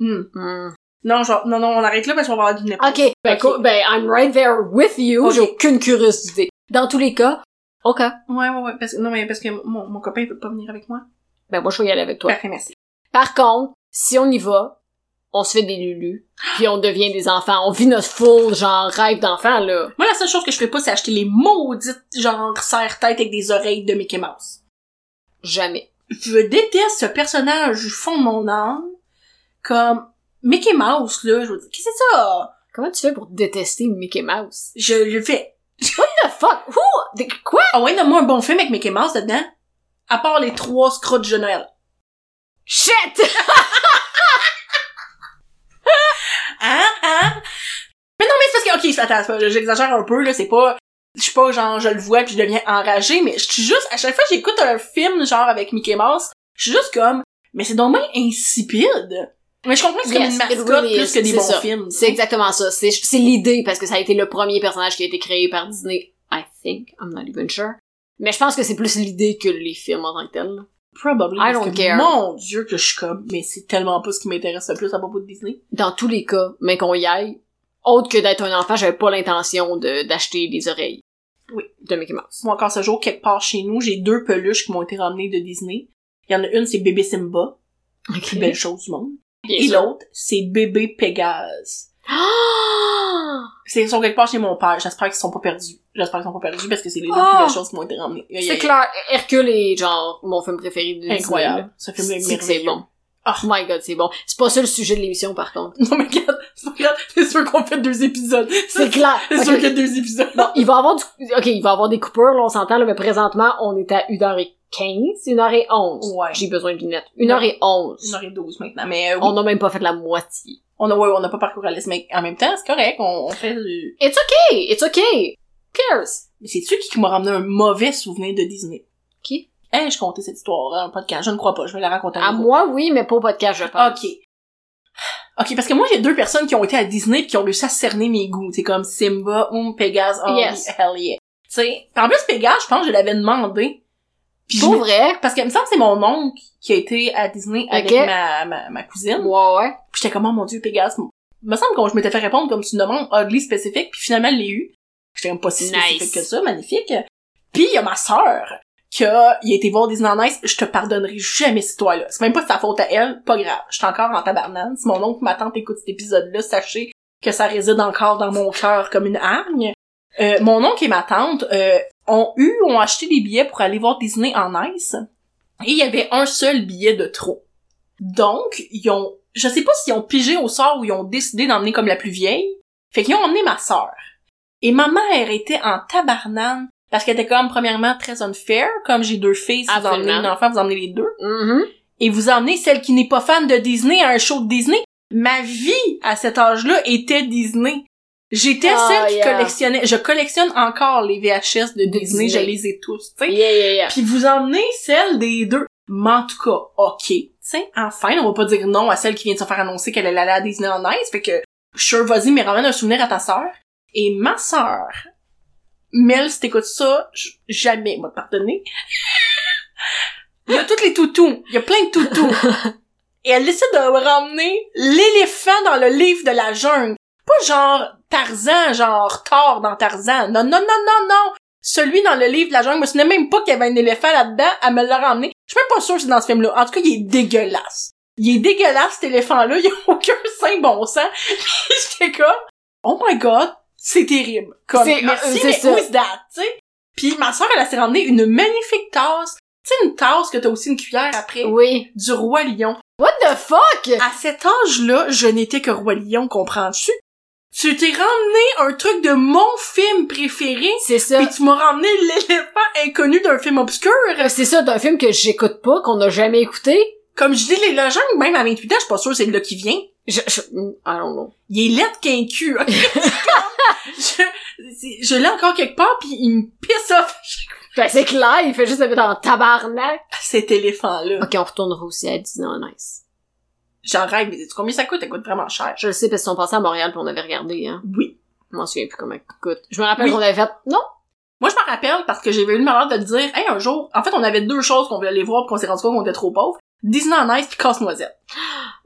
Speaker 2: Hmm.
Speaker 1: Hmm.
Speaker 2: Non, genre, non, non, on arrête là parce qu'on va avoir d'une
Speaker 1: Ok. Ben,
Speaker 2: Ok.
Speaker 1: cool. ben, I'm right there with you.
Speaker 2: Ok.
Speaker 1: J'ai aucune curiosité. Dans tous les cas, ok.
Speaker 2: Ouais, ouais, ouais. Parce... Non, mais parce que mon, mon copain il peut pas venir avec moi.
Speaker 1: Ben, moi, je vais y aller avec toi.
Speaker 2: Parfait, merci.
Speaker 1: Par contre, si on y va, on se fait des lulus, puis on devient des enfants. On vit notre full, genre, rêve d'enfant, là.
Speaker 2: Moi, la seule chose que je ferais pas, c'est acheter les maudites, genre, serre-tête avec des oreilles de Mickey Mouse.
Speaker 1: Jamais.
Speaker 2: Je déteste ce personnage du fond de mon âme. Comme, Mickey Mouse, là, je veux dire, qu'est-ce que c'est ça?
Speaker 1: Comment tu fais pour détester Mickey Mouse?
Speaker 2: Je le fais.
Speaker 1: What the fuck? Who? Des- Quoi?
Speaker 2: Ah ouais, donne-moi un bon film avec Mickey Mouse dedans. À part les trois scrottes de Noël.
Speaker 1: Shit!
Speaker 2: Hein? Hein? Mais non, mais c'est parce que, ok, c'est- attends, c'est pas- j'exagère un peu, là, c'est pas, je suis pas genre, je le vois puis je deviens enragée, mais je suis juste, à chaque fois que j'écoute un film, genre, avec Mickey Mouse, je suis juste comme, mais c'est dommage insipide. Mais je comprends que c'est
Speaker 1: Yes,
Speaker 2: comme une
Speaker 1: it
Speaker 2: mascotte
Speaker 1: really
Speaker 2: plus
Speaker 1: is,
Speaker 2: que des
Speaker 1: c'est
Speaker 2: bons
Speaker 1: ça.
Speaker 2: films.
Speaker 1: C'est exactement ça. C'est c'est l'idée, parce que ça a été le premier personnage qui a été créé par Disney. I think. I'm not even sure. Mais je pense que c'est plus l'idée que les films en tant que tels.
Speaker 2: Probably.
Speaker 1: I
Speaker 2: parce
Speaker 1: don't
Speaker 2: que,
Speaker 1: care.
Speaker 2: Mon dieu que je suis comme, mais c'est tellement pas ce qui m'intéresse le plus à propos de Disney.
Speaker 1: Dans tous les cas, mais qu'on y aille, autre que d'être un enfant, j'avais pas l'intention de- d'acheter des oreilles.
Speaker 2: Oui.
Speaker 1: De Mickey Mouse.
Speaker 2: Moi, encore ce jour, quelque part chez nous, j'ai deux peluches qui m'ont été ramenées de Disney. Il y en a une, c'est bébé Simba.
Speaker 1: Ok. Ben,
Speaker 2: Plus belle chose du monde.
Speaker 1: Bien
Speaker 2: Et
Speaker 1: sûr.
Speaker 2: l'autre, c'est bébé Pégase.
Speaker 1: Ah!
Speaker 2: C'est, ils sont quelque part chez mon père. J'espère qu'ils sont pas perdus. J'espère qu'ils sont pas perdus parce que c'est les deux
Speaker 1: Ah!
Speaker 2: plus belles choses qui m'ont été ramenées. Aïe, aïe,
Speaker 1: C'est
Speaker 2: aïe.
Speaker 1: clair, Hercule est genre mon film préféré de Disney.
Speaker 2: Incroyable. Ce film est
Speaker 1: C'est que c'est
Speaker 2: merveilleux.
Speaker 1: bon.
Speaker 2: Ah.
Speaker 1: Oh my god, c'est bon. C'est pas ça le sujet de l'émission par contre.
Speaker 2: Non, mais regarde, c'est pas grave. C'est sûr qu'on fait deux épisodes.
Speaker 1: C'est
Speaker 2: C'est,
Speaker 1: clair.
Speaker 2: c'est
Speaker 1: Ok.
Speaker 2: sûr qu'il y a deux épisodes.
Speaker 1: Bon, il va avoir du OK, il va avoir des coupures, là, on s'entend là, mais présentement, on est à 1h15, 1h11.
Speaker 2: Ouais.
Speaker 1: J'ai besoin de lunettes. 1h11.
Speaker 2: Une heure et douze maintenant. Mais, euh, oui.
Speaker 1: On n'a même pas fait la moitié.
Speaker 2: On a, ouais, on a pas parcouru la liste, mais en même temps, c'est correct. On, on fait du...
Speaker 1: It's okay, it's okay. Who cares?
Speaker 2: Mais c'est-tu qui, qui m'a ramené un mauvais souvenir de Disney?
Speaker 1: Qui?
Speaker 2: Eh, je comptais cette histoire dans un podcast. Je ne crois pas. Je vais la raconter
Speaker 1: À
Speaker 2: vous.
Speaker 1: moi, oui, mais pas au podcast, je pense.
Speaker 2: Ok. Ok, parce que moi, j'ai deux personnes qui ont été à Disney pis qui ont réussi à cerner mes goûts. C'est comme Simba, Oum, Pégase, oh,
Speaker 1: Yes.
Speaker 2: hell yeah. Tu sais, en plus, Pégase, je pense que je l'avais demandé. Puis je
Speaker 1: Pour
Speaker 2: me-
Speaker 1: vrai?
Speaker 2: Parce que il me semble que c'est mon oncle qui a été à Disney avec
Speaker 1: Ok.
Speaker 2: ma, ma, ma cousine.
Speaker 1: Ouais, ouais.
Speaker 2: Puis j'étais comme, oh mon dieu, Pégase. Il me semble que je m'étais fait répondre comme tu demandes oddly spécifique, puis finalement, elle l'a eu. J'étais comme pas si spécifique
Speaker 1: Nice.
Speaker 2: que ça, magnifique. Puis il y a ma sœur qui a, il a été voir Disney on Ice, je te pardonnerai jamais cette histoire-là. C'est même pas de sa faute à elle, pas grave. Je suis encore en tabarnane. Si mon oncle, ma tante écoute cet épisode-là, sachez que ça réside encore dans mon cœur comme une hargne. Euh, mon oncle et ma tante euh, ont eu, ont acheté des billets pour aller voir Disney en Ice, et il y avait un seul billet de trop. Donc, ils ont, je sais pas s'ils ont pigé au sort ou ils ont décidé d'emmener comme la plus vieille. Fait qu'ils ont emmené ma sœur. Et ma mère était en tabarnane parce qu'elle était comme, premièrement, très unfair. Comme j'ai deux filles, si vous emmenez
Speaker 1: Absolument.
Speaker 2: une enfant, vous emmenez les deux.
Speaker 1: Mhm.
Speaker 2: Et vous emmenez celle qui n'est pas fan de Disney à un show de Disney. Ma vie, à cet âge-là, était Disney. J'étais
Speaker 1: Ah,
Speaker 2: celle qui
Speaker 1: yeah.
Speaker 2: collectionnait. Je collectionne encore les VHS de Disney.
Speaker 1: Disney.
Speaker 2: Je les ai tous, tu sais.
Speaker 1: Yeah, yeah, yeah.
Speaker 2: Puis vous emmenez celle des deux. Mais en tout cas, ok. Tu sais, enfin, on va pas dire non à celle qui vient de se faire annoncer qu'elle est allée à Disney en Ice. Fait que, sure, vas-y, mais ramène un souvenir à ta sœur. Et ma sœur, Mel, si t'écoutes ça, j- jamais, m'a pardonné. Il y a toutes les toutous. Il y a plein de toutous. Et elle décide de ramener l'éléphant dans le livre de la jungle. Pas genre Tarzan, genre Thor dans Tarzan. Non, non, non, non, non. Celui dans le livre de la jungle, je me souvenais même pas qu'il y avait un éléphant là-dedans, elle me l'a ramené. Je suis même pas sûre que c'est dans ce film-là. En tout cas, il est dégueulasse. Il est dégueulasse, cet éléphant-là. Il a aucun sain bon sens. Puis j'étais comme, oh my god, c'est terrible. Comme,
Speaker 1: C'est- euh,
Speaker 2: merci,
Speaker 1: c'est
Speaker 2: mais
Speaker 1: ça.
Speaker 2: who's that, tu sais? Puis ma soeur, elle a s'est ramenée une magnifique tasse. Tu sais, une tasse que t'as aussi une cuillère après,
Speaker 1: Oui.
Speaker 2: du roi lion.
Speaker 1: What the fuck?
Speaker 2: À cet âge-là, je n'étais que roi lion, comprends-tu? Tu t'es ramené un truc de mon film préféré
Speaker 1: C'est ça.
Speaker 2: puis tu m'as ramené l'éléphant inconnu d'un film obscur.
Speaker 1: Euh, C'est ça d'un film que j'écoute pas, qu'on n'a jamais écouté.
Speaker 2: Comme je dis, les légendes, même à 28 ans, je suis pas sûre que c'est de là qui vient.
Speaker 1: Je, je, mm, I don't know.
Speaker 2: Il est laid qu'un cul. ok? je c'est- je l'ai encore quelque part, puis il me pisse off.
Speaker 1: Fait que Ben, c'est clair, il fait juste le mettre en tabarnak.
Speaker 2: Cet éléphant-là.
Speaker 1: Ok, on retournera aussi à Disney on Ice.
Speaker 2: J'en rêve, mais sais-tu combien ça coûte? Ça coûte vraiment cher.
Speaker 1: Je le sais parce qu'ils sont passés à Montréal pis on avait regardé, hein.
Speaker 2: Oui.
Speaker 1: Je m'en souviens plus comment ça coûte. Je me rappelle
Speaker 2: Oui.
Speaker 1: qu'on avait fait, non?
Speaker 2: Moi, je m'en rappelle parce que j'avais eu le malheur de le dire, hey, un jour, en fait, on avait deux choses qu'on voulait aller voir pis qu'on s'est rendu compte qu'on était trop pauvres. Disney en Ice puis Casse-Noisette.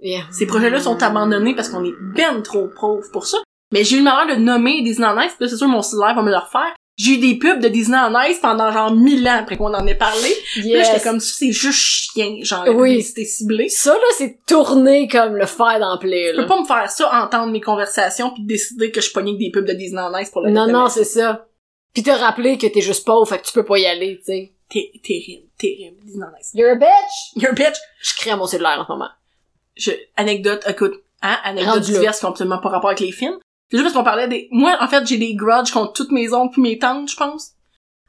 Speaker 1: Yeah.
Speaker 2: Ces projets-là sont abandonnés parce qu'on est ben trop pauvres pour ça. Mais j'ai eu le malheur de nommer Disney en Ice pis là, c'est sûr, mon cellulaire va me le refaire. J'ai eu des pubs de Disney en Ice pendant genre mille ans après qu'on en ait parlé. Puis Là,
Speaker 1: Yes.
Speaker 2: j'étais comme, c'est juste chien, genre, la
Speaker 1: Oui.
Speaker 2: publicité ciblée.
Speaker 1: Ça, là, c'est tourné comme le fer dans Play,
Speaker 2: Je peux
Speaker 1: là.
Speaker 2: pas me faire ça, entendre mes conversations puis décider que je pognais que des pubs de Disney en Ice pour le
Speaker 1: Non,
Speaker 2: reste de
Speaker 1: non,
Speaker 2: ma-
Speaker 1: c'est ça. Pis te rappeler que t'es juste pauvre, fait que tu peux pas y aller, tu sais.
Speaker 2: Té- Terrible, terrible, Disney en Ice.
Speaker 1: You're a bitch!
Speaker 2: You're a bitch!
Speaker 1: Je crée à mon cellulaire en ce moment.
Speaker 2: je, anecdote, écoute, hein, anecdote
Speaker 1: Rendu là.
Speaker 2: diverse complètement par rapport avec les films. C'est juste parce qu'on parlait des, moi, en fait, j'ai des grudges contre toutes mes oncles puis mes tantes, je pense.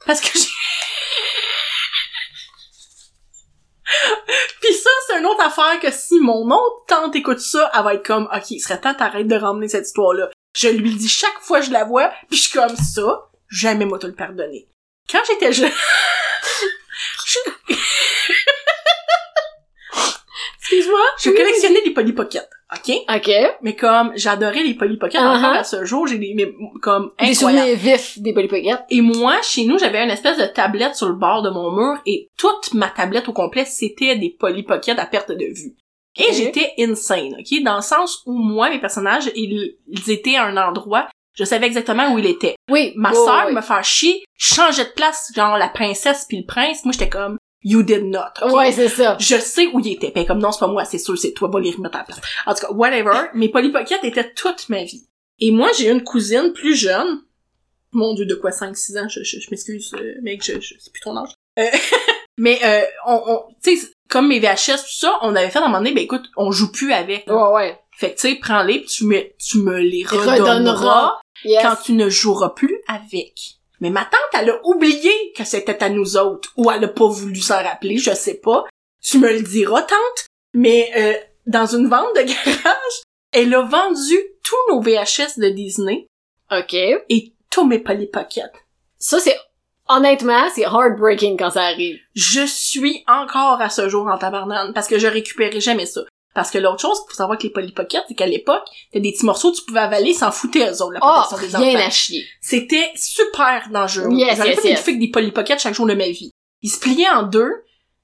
Speaker 2: Parce que j'ai... Puis ça, c'est une autre affaire que si mon autre tante écoute ça, elle va être comme, ok, il serait temps t'arrêtes de ramener cette histoire-là. Je lui dis chaque fois que je la vois, puis je suis comme ça, jamais moi te le pardonner. Quand j'étais jeune,
Speaker 1: Excuse-moi?
Speaker 2: je collectionnais les Polly Pocket, ok?
Speaker 1: Ok.
Speaker 2: Mais comme, j'adorais les Polly Pocket,
Speaker 1: Uh-huh.
Speaker 2: encore à ce jour, j'ai des, mais, comme,
Speaker 1: Des souvenirs
Speaker 2: incroyables.
Speaker 1: vifs des Polly Pocket.
Speaker 2: Et moi, chez nous, j'avais une espèce de tablette sur le bord de mon mur et toute ma tablette au complet, c'était des Polly Pocket à perte de vue. Et
Speaker 1: Ok.
Speaker 2: j'étais insane, ok? Dans le sens où moi, mes personnages, ils, ils étaient à un endroit, je savais exactement où ils étaient.
Speaker 1: Oui,
Speaker 2: Ma
Speaker 1: oui,
Speaker 2: sœur
Speaker 1: oui.
Speaker 2: me faire chier, changeait de place, genre la princesse puis le prince. Moi, j'étais comme, you did not. ok?
Speaker 1: Ouais, c'est ça.
Speaker 2: Je sais où il était. Ben, comme non, c'est pas moi, c'est sûr, c'est toi, va les remettre à la place. En tout cas, whatever. Mes Polly Pocket étaient toute ma vie. Et moi, j'ai une cousine plus jeune. Mon dieu, de quoi, 5-6 ans? Je, je, je m'excuse, euh, mec, je, je c'est plus ton âge. Euh, mais, euh, on, on tu sais, comme mes VHS, tout ça, on avait fait à un moment donné, ben écoute, on joue plus avec.
Speaker 1: Ouais, ouais.
Speaker 2: Fait que, tu sais, prends-les, pis tu me, tu me les
Speaker 1: Redonneras.
Speaker 2: redonneras
Speaker 1: Yes.
Speaker 2: quand tu ne joueras plus avec. Mais ma tante, elle a oublié que c'était à nous autres, ou elle a pas voulu s'en rappeler, je sais pas. Tu me le diras, tante. Mais euh, dans une vente de garage, elle a vendu tous nos VHS de Disney
Speaker 1: Ok.
Speaker 2: et tous mes Polly Pocket.
Speaker 1: Ça, c'est, honnêtement, c'est heartbreaking quand ça arrive.
Speaker 2: Je suis encore à ce jour en tabarnane parce que je récupérais jamais ça. Parce que l'autre chose qu'il faut savoir avec les Polly Pocket, c'est qu'à l'époque, t'as des petits morceaux que tu pouvais avaler, s'en foutait eux autres, la
Speaker 1: Oh,
Speaker 2: protection des enfants.
Speaker 1: rien à chier.
Speaker 2: C'était super dangereux.
Speaker 1: Yes,
Speaker 2: J'avais
Speaker 1: yes,
Speaker 2: fait une
Speaker 1: yes.
Speaker 2: fille avec des Polly Pocket chaque jour de ma vie. il se pliait en deux.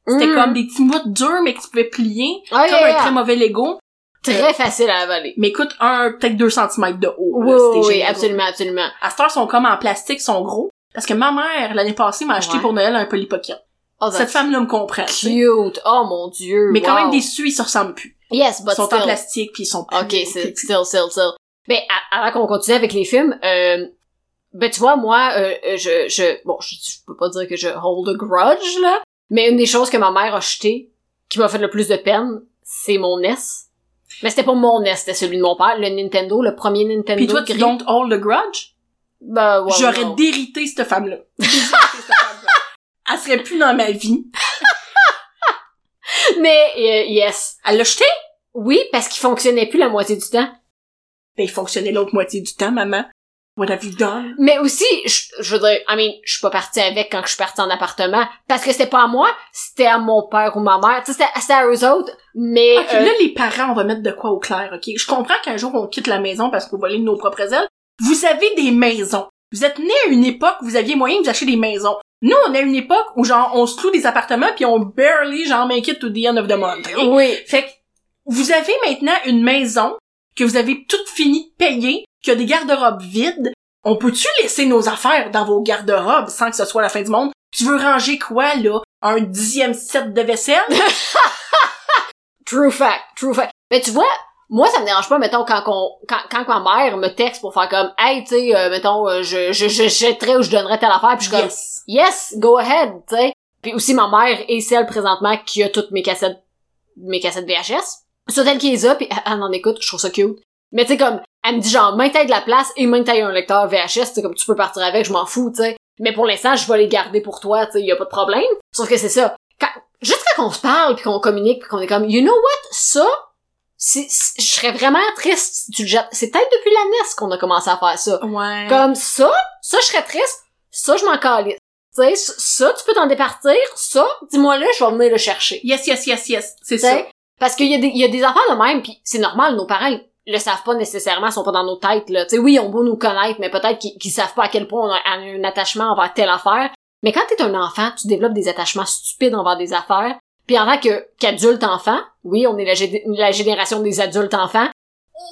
Speaker 2: C'était
Speaker 1: Mm.
Speaker 2: comme des petits bouts durs, mais que tu pouvais plier.
Speaker 1: Ah,
Speaker 2: comme
Speaker 1: yeah,
Speaker 2: un
Speaker 1: yeah.
Speaker 2: très mauvais Lego.
Speaker 1: Très facile à avaler.
Speaker 2: Mais écoute, un, peut-être 2 cm de haut.
Speaker 1: Oui,
Speaker 2: là,
Speaker 1: oui,
Speaker 2: c'était
Speaker 1: oui,
Speaker 2: génial.
Speaker 1: absolument, absolument.
Speaker 2: À cette heure, sont comme en plastique, sont gros. Parce que ma mère, l'année passée, m'a acheté
Speaker 1: Ouais.
Speaker 2: pour Noël un polypocket.
Speaker 1: Oh, that's
Speaker 2: Cette femme-là me comprend. tu sais.
Speaker 1: Cute. Oh mon dieu.
Speaker 2: Mais quand
Speaker 1: wow.
Speaker 2: même déçus, ils se ressemblent plus.
Speaker 1: Yes, but
Speaker 2: ils sont en
Speaker 1: still.
Speaker 2: plastique puis ils sont plus.
Speaker 1: Ok, c'est
Speaker 2: plus-
Speaker 1: still, still, still. Ben, a- avant qu'on continue avec les films, euh, ben tu vois, moi, euh, euh, je, je, bon, je, je peux pas dire que je hold a grudge là, mais une des choses que ma mère a jetées, qui m'a fait le plus de peine, c'est mon NES. Mais c'était pas mon NES, c'était celui de mon père, le Nintendo, le premier Nintendo
Speaker 2: Puis toi, tu
Speaker 1: gris.
Speaker 2: don't hold the grudge?
Speaker 1: Ben, ouais,
Speaker 2: J'aurais
Speaker 1: non.
Speaker 2: dérité cette femme-là. Dérité cette femme-là. Elle serait plus dans ma vie.
Speaker 1: Mais euh, yes,
Speaker 2: Elle l'a jeté?
Speaker 1: oui, parce qu'il fonctionnait plus la moitié du temps.
Speaker 2: Ben, il fonctionnait l'autre moitié du temps, maman. What have you done?
Speaker 1: Mais aussi, je, je veux dire, I mean, je suis pas partie avec quand je suis partie en appartement, parce que c'était pas à moi, c'était à mon père ou ma mère, tu sais, c'était- c'était à eux autres, mais...
Speaker 2: Ok,
Speaker 1: euh,
Speaker 2: là, les parents, on va mettre de quoi au clair, ok? Je comprends qu'un jour, on quitte la maison parce qu'on va aller de nos propres ailes. Vous avez des maisons. Vous êtes nés à une époque où vous aviez moyen de vous acheter des maisons. Nous, on a une époque où, genre, on se loue des appartements puis on barely, genre, make it to the end of the month. ok?
Speaker 1: euh, oui.
Speaker 2: Fait que vous avez maintenant une maison que vous avez toute fini de payer, qu'il y a des garde-robes vides. On peut-tu laisser nos affaires dans vos garde-robes sans que ce soit la fin du monde? Tu veux ranger quoi, là? Un dixième set de vaisselle?
Speaker 1: True fact, true fact. Mais tu vois, moi, ça me dérange pas, mettons, quand, qu'on- quand, quand ma mère me texte pour faire comme, hey, tu sais, euh, mettons, euh, je, je, je jetterais ou je donnerais telle affaire, puis je suis comme,
Speaker 2: Yes.
Speaker 1: yes, go ahead, tu sais. Puis aussi, ma mère est celle présentement qui a toutes mes cassettes, mes cassettes VHS. C'est elle qui les a, puis elle elle en écoute, je trouve ça cute. Mais tu sais, comme, elle me dit genre, maintaille de la place et maintaille un lecteur VHS, tu sais, comme tu peux partir avec, je m'en fous, tu sais. Mais pour l'instant, je vais les garder pour toi, tu sais, y a pas de problème. Sauf que c'est ça. Quand, juste quand on se parle, puis qu'on communique, puis qu'on est comme, you know what, ça, c'est- c'est- je serais vraiment triste si tu le jettes. C'est peut-être depuis la NES qu'on a commencé à faire ça.
Speaker 2: Ouais.
Speaker 1: Comme ça, ça je serais triste, ça je m'en calisse. Tu sais, ça, ça, tu peux t'en départir, ça, dis-moi là, je vais venir le chercher.
Speaker 2: Yes, yes, yes, yes. C'est
Speaker 1: Tu sais,
Speaker 2: ça.
Speaker 1: Parce qu'il y, a des- il y a des affaires de même, puis c'est normal, nos parents ils le savent pas nécessairement, ils sont pas dans nos têtes. Là. Tu sais, oui, ils ont beau nous connaître, mais peut-être qu'ils, qu'ils savent pas à quel point on a un, un attachement envers telle affaire. Mais quand t'es un enfant, tu développes des attachements stupides envers des affaires. Puis en tant que, qu'adulte-enfant, oui, on est la, gé- la génération des adultes-enfants,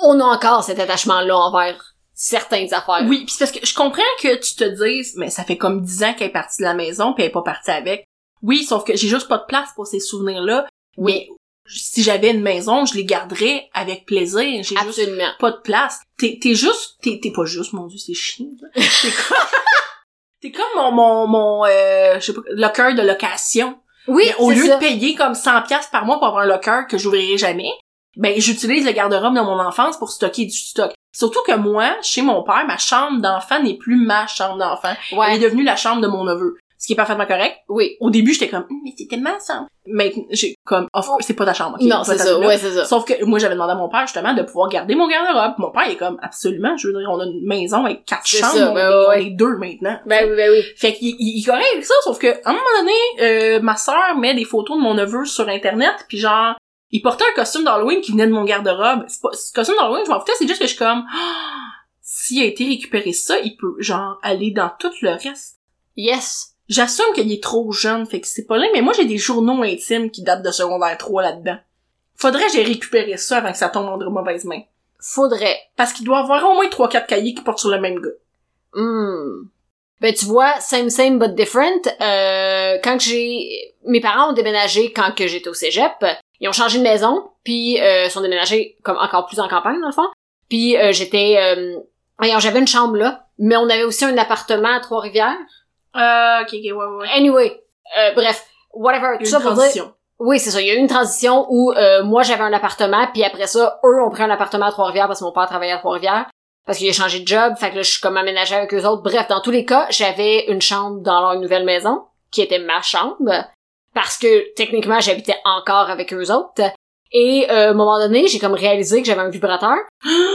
Speaker 1: on a encore cet attachement-là envers certaines affaires.
Speaker 2: Oui, pis c'est parce que je comprends que tu te dises, mais ça fait comme dix ans qu'elle est partie de la maison puis elle est pas partie avec. Oui, sauf que j'ai juste pas de place pour ces souvenirs-là. Mais si j'avais une maison, je les garderais avec plaisir. J'ai juste
Speaker 1: absolument.
Speaker 2: pas de place. T'es, t'es juste, t'es, t'es pas juste, mon dieu, c'est chiant. ça. T'es comme, t'es comme mon, mon, mon, euh, je sais pas, locker de location.
Speaker 1: Oui,
Speaker 2: Mais au
Speaker 1: c'est
Speaker 2: lieu
Speaker 1: ça.
Speaker 2: de payer comme 100 pièces par mois pour avoir un locker que j'ouvrirai jamais, ben, j'utilise le garde-robe de mon enfance pour stocker du stock. Surtout que moi, chez mon père, ma chambre d'enfant n'est plus ma chambre d'enfant.
Speaker 1: Ouais.
Speaker 2: Elle est devenue la chambre de mon neveu. Ce qui est parfaitement correct.
Speaker 1: Oui.
Speaker 2: Au début, j'étais comme, Hum, mais c'est tellement ça. Maintenant, j'ai comme, Of course, c'est pas ta chambre. ok?
Speaker 1: non,
Speaker 2: Pas
Speaker 1: c'est
Speaker 2: ta
Speaker 1: ça.
Speaker 2: chambre.
Speaker 1: Ouais, c'est ça.
Speaker 2: Sauf que moi, j'avais demandé à mon père, justement, de pouvoir garder mon garde-robe. Mon père, il est comme, absolument, je veux dire, on a une maison avec quatre
Speaker 1: C'est
Speaker 2: chambres,
Speaker 1: ça,
Speaker 2: on,
Speaker 1: ben
Speaker 2: est- on
Speaker 1: ouais.
Speaker 2: est deux maintenant.
Speaker 1: Ben oui, ben oui.
Speaker 2: Fait qu'il il, il est correct avec ça, sauf que, à un moment donné, euh, ma sœur met des photos de mon neveu sur Internet, puis genre, il portait un costume d'Halloween qui venait de mon garde-robe. C'est pas, ce costume d'Halloween, je m'en foutais, c'est juste que je suis comme, Ah! s'il a été récupéré ça, il peut, genre, aller dans tout le reste.
Speaker 1: Yes.
Speaker 2: J'assume qu'il est trop jeune, fait que c'est pas là, mais moi j'ai des journaux intimes qui datent de secondaire 3 là-dedans. Faudrait que j'ai récupéré ça avant que ça tombe entre mauvaises mains.
Speaker 1: Faudrait.
Speaker 2: Parce qu'il doit avoir au moins 3-4 cahiers qui portent sur le même gars.
Speaker 1: Hmm. Ben tu vois, same same but different. Euh, quand j'ai mes parents ont déménagé quand que j'étais au cégep, ils ont changé de maison, puis euh, sont déménagés comme encore plus en campagne dans le fond. Puis euh, j'étais euh, voyons, j'avais une chambre là, mais on avait aussi un appartement à Trois-Rivières.
Speaker 2: Euh, ok, ok, ouais, ouais, ouais.
Speaker 1: Anyway, euh, bref, whatever, tout
Speaker 2: Il y a
Speaker 1: ça
Speaker 2: une
Speaker 1: pour dire
Speaker 2: transition.
Speaker 1: Oui, c'est ça. Il y a eu une transition où euh, moi j'avais un appartement, puis après ça, eux ont pris un appartement à Trois-Rivières parce que mon père travaillait à Trois-Rivières, parce qu'il a changé de job, fait que là, je suis comme aménagée avec eux autres. Bref, dans tous les cas, j'avais une chambre dans leur nouvelle maison, qui était ma chambre, parce que techniquement, j'habitais encore avec eux autres. Et euh, à un moment donné, j'ai comme réalisé que j'avais un vibrateur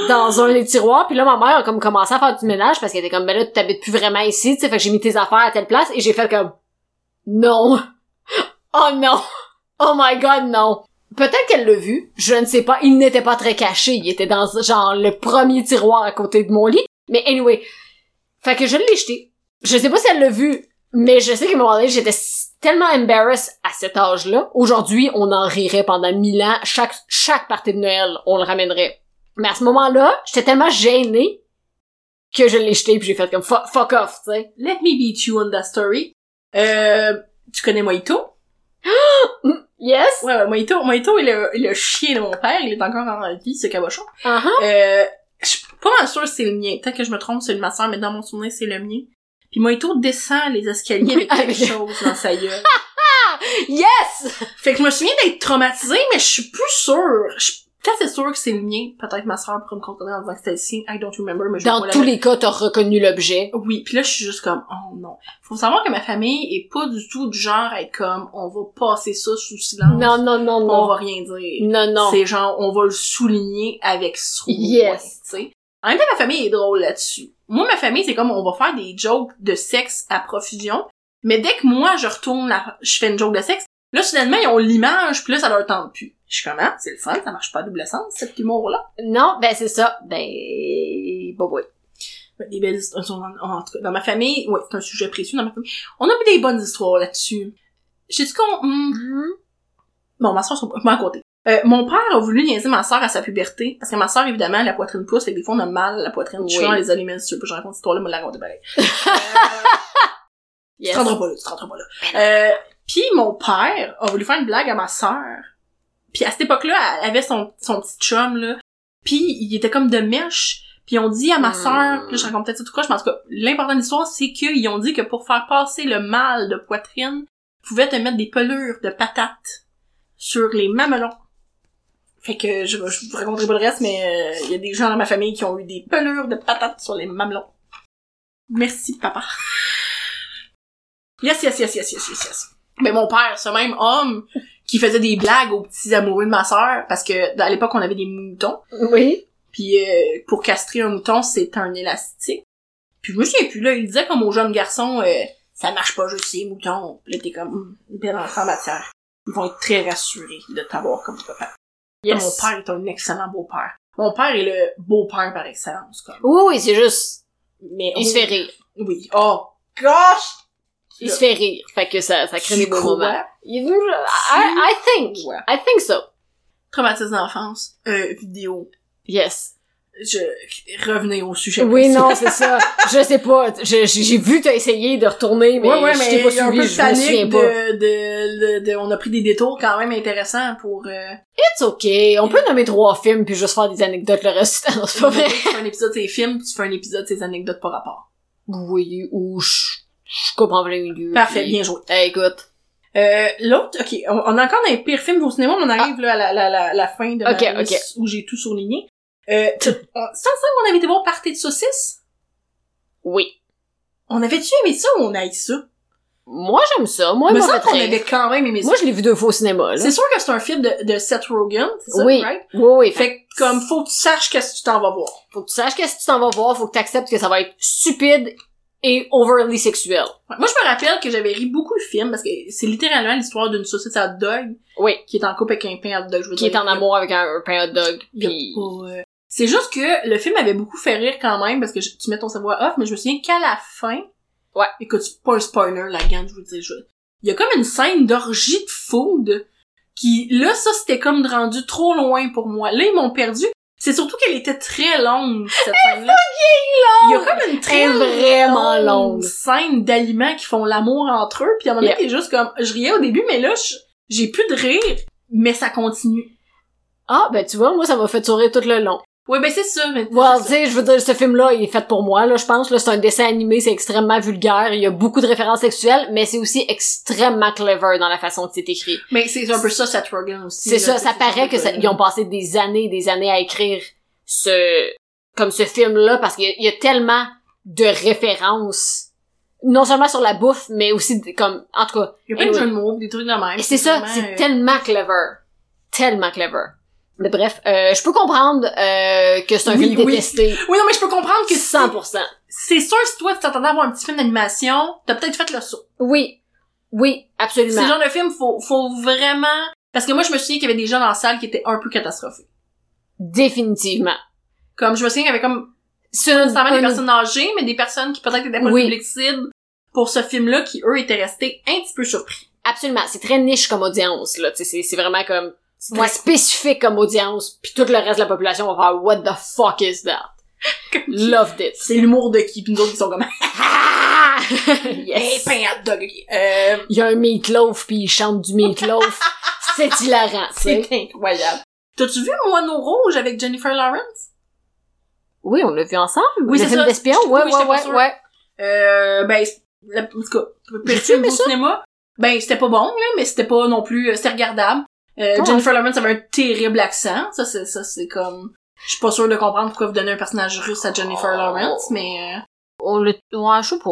Speaker 1: dans un des tiroirs, puis là, ma mère a comme commencé à faire du ménage parce qu'elle était comme, ben là, tu t'habites plus vraiment ici, tu sais, fait que j'ai mis tes affaires à telle place, et j'ai fait comme, non. Oh non. Oh my god, non. Peut-être qu'elle l'a vu, je ne sais pas, il n'était pas très caché, il était dans genre le premier tiroir à côté de mon lit, mais anyway. Fait que je l'ai jeté. Je sais pas si elle l'a vu, Mais je sais qu'à un moment donné, j'étais s- tellement embarrassed à cet âge-là. Aujourd'hui, on en rirait pendant mille ans. Chaque, chaque partie de Noël, on le ramènerait. Mais à ce moment-là, j'étais tellement gênée que je l'ai jeté puis j'ai fait comme fuck, fuck off, tu sais.
Speaker 2: Let me beat you on that story. Euh, tu connais Moito?
Speaker 1: Yes?
Speaker 2: Ouais, ouais, Moito, Moito est le, le chien de mon père. Il est encore en vie, ce cabochon.
Speaker 1: Uh-huh.
Speaker 2: Euh, je suis pas mal sûre que c'est le mien. Peut-être que je me trompe, c'est de ma soeur, mais dans mon souvenir, c'est le mien. Puis Moito descend les escaliers avec
Speaker 1: Avec
Speaker 2: quelque chose dans sa gueule.
Speaker 1: Yes!
Speaker 2: Fait que je me souviens d'être traumatisée, mais je suis plus sûre. Je suis peut-être assez sûre que c'est le mien. Peut-être ma soeur pourrait me contrôler en disant que c'était le sien. I don't remember, mais je vais
Speaker 1: Dans
Speaker 2: pas la
Speaker 1: tous les cas, t'as reconnu l'objet.
Speaker 2: Oui, puis là, je suis juste comme, oh non. Faut savoir que ma famille est pas du tout du genre à être comme, on va passer ça sous silence.
Speaker 1: Non, non, non,
Speaker 2: On va
Speaker 1: non.
Speaker 2: rien dire.
Speaker 1: Non, non.
Speaker 2: C'est genre, on va le souligner avec soin.
Speaker 1: Yes.
Speaker 2: tu sais. En même temps, ma famille est drôle là-dessus. Moi, ma famille, c'est comme, on va faire des jokes de sexe à profusion. Mais dès que moi, je retourne, la... je fais une joke de sexe, là, soudainement, ils ont l'image, puis là, ça leur tente plus. Je suis comme, ah, c'est le fun, ça marche pas à double sens, cet humour-là.
Speaker 1: Non, ben c'est ça. Ben, bon, oui.
Speaker 2: Des belles histoires. En, en tout cas, dans ma famille, ouais, c'est un sujet précieux dans ma famille. On a eu des bonnes histoires là-dessus. J'ai dit qu'on, hmm,
Speaker 1: Mm-hmm.
Speaker 2: Bon, ma soeur, je m'en compter. Euh, mon père a voulu niaiser ma soeur à sa puberté, parce que ma soeur, évidemment, la poitrine pousse, fait que des fois, on a mal à la poitrine. Je suis
Speaker 1: Oui.
Speaker 2: dans les aliments, si tu veux pas que je raconte cette histoire-là, me la raconte pareil. Tu
Speaker 1: Yes. Ben
Speaker 2: te rendras pas là, tu te rendras pas là. Euh, puis mon père a voulu faire une blague à ma sœur. Puis à cette époque-là, elle avait son, son petit chum, là. Puis il était comme de mèche. Puis on dit à ma
Speaker 1: Hmm.
Speaker 2: sœur, puis là, je raconte peut-être ça tout quoi, je pense que l'important de l'histoire, c'est qu'ils ont dit que pour faire passer le mal de poitrine, ils pouvaient te mettre des pelures de patates sur les mamelons. Fait que je, je vous raconterai pas le reste, mais euh, il y a des gens dans ma famille qui ont eu des pelures de patates sur les mamelons. Merci, papa. Yes, yes, yes, yes, yes, yes, yes. Mais mon père, ce même homme qui faisait des blagues aux petits amoureux de ma sœur, parce que dans- à l'époque, on avait des moutons,
Speaker 1: Oui.
Speaker 2: puis euh, pour castrer un mouton, c'est un élastique. Puis je me souviens plus, là, il disait comme aux jeunes garçons, euh, ça marche pas juste ces moutons. Puis là, t'es comme, Hum, belle enfant matière. Ils vont être très rassurés de t'avoir comme papa.
Speaker 1: Yes.
Speaker 2: Mon père est un excellent beau-père. Mon père est le beau-père par excellence, comme.
Speaker 1: Oui, oui, c'est juste.
Speaker 2: Mais,
Speaker 1: Il se fait rire.
Speaker 2: Oui. Oh, gosh!
Speaker 1: Il se fait rire. Fait que ça, ça crée des
Speaker 2: Tu
Speaker 1: beaux
Speaker 2: crois?
Speaker 1: moments. Il- I, I think.
Speaker 2: Ouais.
Speaker 1: I think so.
Speaker 2: Traumatisme d'enfance, euh, vidéo.
Speaker 1: Yes.
Speaker 2: Je revenez au sujet.
Speaker 1: Oui,
Speaker 2: principal.
Speaker 1: non, c'est ça. Je sais pas. Je- J'ai j'ai vu t'as essayé de retourner, mais
Speaker 2: Ouais, ouais,
Speaker 1: je
Speaker 2: mais
Speaker 1: t'ai pas
Speaker 2: il y a un peu
Speaker 1: suivi,
Speaker 2: de
Speaker 1: je me souviens
Speaker 2: panique
Speaker 1: pas.
Speaker 2: de, de, de- de- on a pris des détours quand même intéressants pour euh,
Speaker 1: It's okay. On peut nommer trois films puis juste faire des anecdotes le reste du temps, non, c'est pas vrai.
Speaker 2: tu fais un épisode c'est films, puis tu fais un épisode c'est anecdotes par rapport.
Speaker 1: Oui, ou je, je comprends plein milieu.
Speaker 2: Parfait,
Speaker 1: puis-
Speaker 2: bien joué.
Speaker 1: Eh, écoute.
Speaker 2: Euh, l'autre, ok, on, on a encore un pire film au cinéma, mais on arrive là à la, la, la, la fin de ma
Speaker 1: Ah. Ok,
Speaker 2: liste
Speaker 1: ok.
Speaker 2: où j'ai tout souligné. Euh, tu- on- c'est ensemble qu'on avait été voir Party de saucisse?
Speaker 1: Oui.
Speaker 2: On avait-tu aimé ça ou on a eu ça?
Speaker 1: Moi, j'aime ça. Moi,
Speaker 2: me
Speaker 1: il m'a
Speaker 2: semble
Speaker 1: fait
Speaker 2: qu'on
Speaker 1: rire.
Speaker 2: avait quand même aimé ça.
Speaker 1: Moi, je l'ai vu deux fois au cinéma, là.
Speaker 2: C'est sûr que c'est un film de, de Seth Rogen, c'est ça,
Speaker 1: Oui.
Speaker 2: right?
Speaker 1: Oui, oui. Fait
Speaker 2: Fait que, comme, faut que tu saches qu'est-ce que tu t'en vas voir.
Speaker 1: faut que tu saches qu'est-ce que tu t'en vas voir, faut que tu acceptes que ça va être stupide et overly sexuel.
Speaker 2: Ouais. Moi, je me rappelle que j'avais ri beaucoup le film, parce que c'est littéralement l'histoire d'une saucisse à hot dog
Speaker 1: Oui.
Speaker 2: qui est en couple avec un pain à hot dog. je veux
Speaker 1: Qui est
Speaker 2: dire.
Speaker 1: en amour avec un, un pain hot dog.
Speaker 2: Il y a
Speaker 1: Puis...
Speaker 2: pas, euh, C'est juste que le film avait beaucoup fait rire quand même, parce que je- tu mets ton savoir off, mais je me souviens qu'à la fin...
Speaker 1: Ouais.
Speaker 2: Écoute, c'est pas un spoiler, la gang, je vous dis. Je... Il y a comme une scène d'orgie de food qui... Là, ça, c'était comme rendu trop loin pour moi. Là, ils m'ont perdu. C'est surtout qu'elle était très longue, cette scène-là. Il y a comme une très
Speaker 1: Elle est vraiment
Speaker 2: longue
Speaker 1: longue.
Speaker 2: scène d'aliments qui font l'amour entre eux, puis à un moment donné, t'es juste comme... Je riais au début, mais là, je- j'ai plus de rire, mais ça continue.
Speaker 1: Ah, ben tu vois, moi, ça m'a fait sourire tout le long.
Speaker 2: Ouais, ben c'est ça. mais-
Speaker 1: Well, tu
Speaker 2: c'est ça.
Speaker 1: sais, je veux dire, ce film-là, il est fait pour moi, là, je pense. Là, c'est un dessin animé, c'est extrêmement vulgaire, il y a beaucoup de références sexuelles, mais c'est aussi extrêmement clever dans la façon que c'est écrit.
Speaker 2: Mais c'est un peu ça, Seth Rogen aussi.
Speaker 1: C'est
Speaker 2: là,
Speaker 1: ça,
Speaker 2: euh, tu sais,
Speaker 1: ça paraît
Speaker 2: Seth
Speaker 1: que ça-
Speaker 2: Rogen.
Speaker 1: ils ont passé des années, et des années à écrire ce, comme ce film-là, parce qu'il y a- il y a tellement de références, non seulement sur la bouffe, mais aussi de- comme, en tout cas,
Speaker 2: Il y a plein de jeux de mots, des trucs de même.
Speaker 1: Eh Et c'est ça,
Speaker 2: vraiment,
Speaker 1: c'est
Speaker 2: euh,
Speaker 1: tellement clever. Tellement clever. Mais bref, euh, je peux comprendre euh, que c'est un
Speaker 2: Oui,
Speaker 1: film
Speaker 2: oui.
Speaker 1: détesté.
Speaker 2: Oui, non, mais je peux comprendre que si-
Speaker 1: 100%.
Speaker 2: c'est sûr, si toi, tu t'attendais à voir un petit film d'animation, t'as peut-être fait le saut.
Speaker 1: Oui. Oui,
Speaker 2: C'est le
Speaker 1: absolument.
Speaker 2: genre de film, faut, faut vraiment... Parce que moi, je me souviens qu'il y avait des gens dans la salle qui étaient un peu catastrophés.
Speaker 1: Définitivement.
Speaker 2: Comme, je me souviens qu'il y avait comme,
Speaker 1: C'est
Speaker 2: pas
Speaker 1: une-
Speaker 2: nécessairement des
Speaker 1: une-
Speaker 2: personnes âgées, mais des personnes qui peut-être étaient pas
Speaker 1: Oui.
Speaker 2: public cible. pour ce film-là qui, eux, étaient restés un petit peu surpris.
Speaker 1: Absolument. C'est très niche comme audience, là. Tu sais, C'est c'est vraiment comme... C'est
Speaker 2: Ouais.
Speaker 1: très spécifique comme audience. Puis tout le reste de la population va faire « What the fuck is that? Loved it.
Speaker 2: C'est l'humour de qui, puis nous autres, ils sont comme, Eh, ben,
Speaker 1: Ah! yes.
Speaker 2: yes.
Speaker 1: ben,
Speaker 2: pain hot dog, ok. Euh,
Speaker 1: Il y a un meatloaf, puis il chante du meatloaf. c'est hilarant, tu sais.
Speaker 2: c'est incroyable. T'as-tu vu Moineau Rouge avec Jennifer Lawrence?
Speaker 1: Oui, on l'a vu ensemble.
Speaker 2: Oui,
Speaker 1: le
Speaker 2: c'est
Speaker 1: film
Speaker 2: ça.
Speaker 1: d'espion.
Speaker 2: Oui,
Speaker 1: Ouais,
Speaker 2: j'étais
Speaker 1: ouais,
Speaker 2: pas
Speaker 1: ouais,
Speaker 2: sûre.
Speaker 1: ouais.
Speaker 2: Euh, ben, c'est- la- en tout cas, le
Speaker 1: J'ai
Speaker 2: film
Speaker 1: aimé
Speaker 2: au
Speaker 1: ça.
Speaker 2: cinéma, ben, c'était pas bon, là, mais c'était pas non plus, euh, c'était regardable. Euh,
Speaker 1: Oh.
Speaker 2: Jennifer Lawrence avait un terrible accent. Ça, c'est, ça, c'est comme, je suis pas sûre de comprendre pourquoi vous donnez un personnage russe à Jennifer
Speaker 1: Oh.
Speaker 2: Lawrence, mais,
Speaker 1: On l'a... Ouais, je sais pas.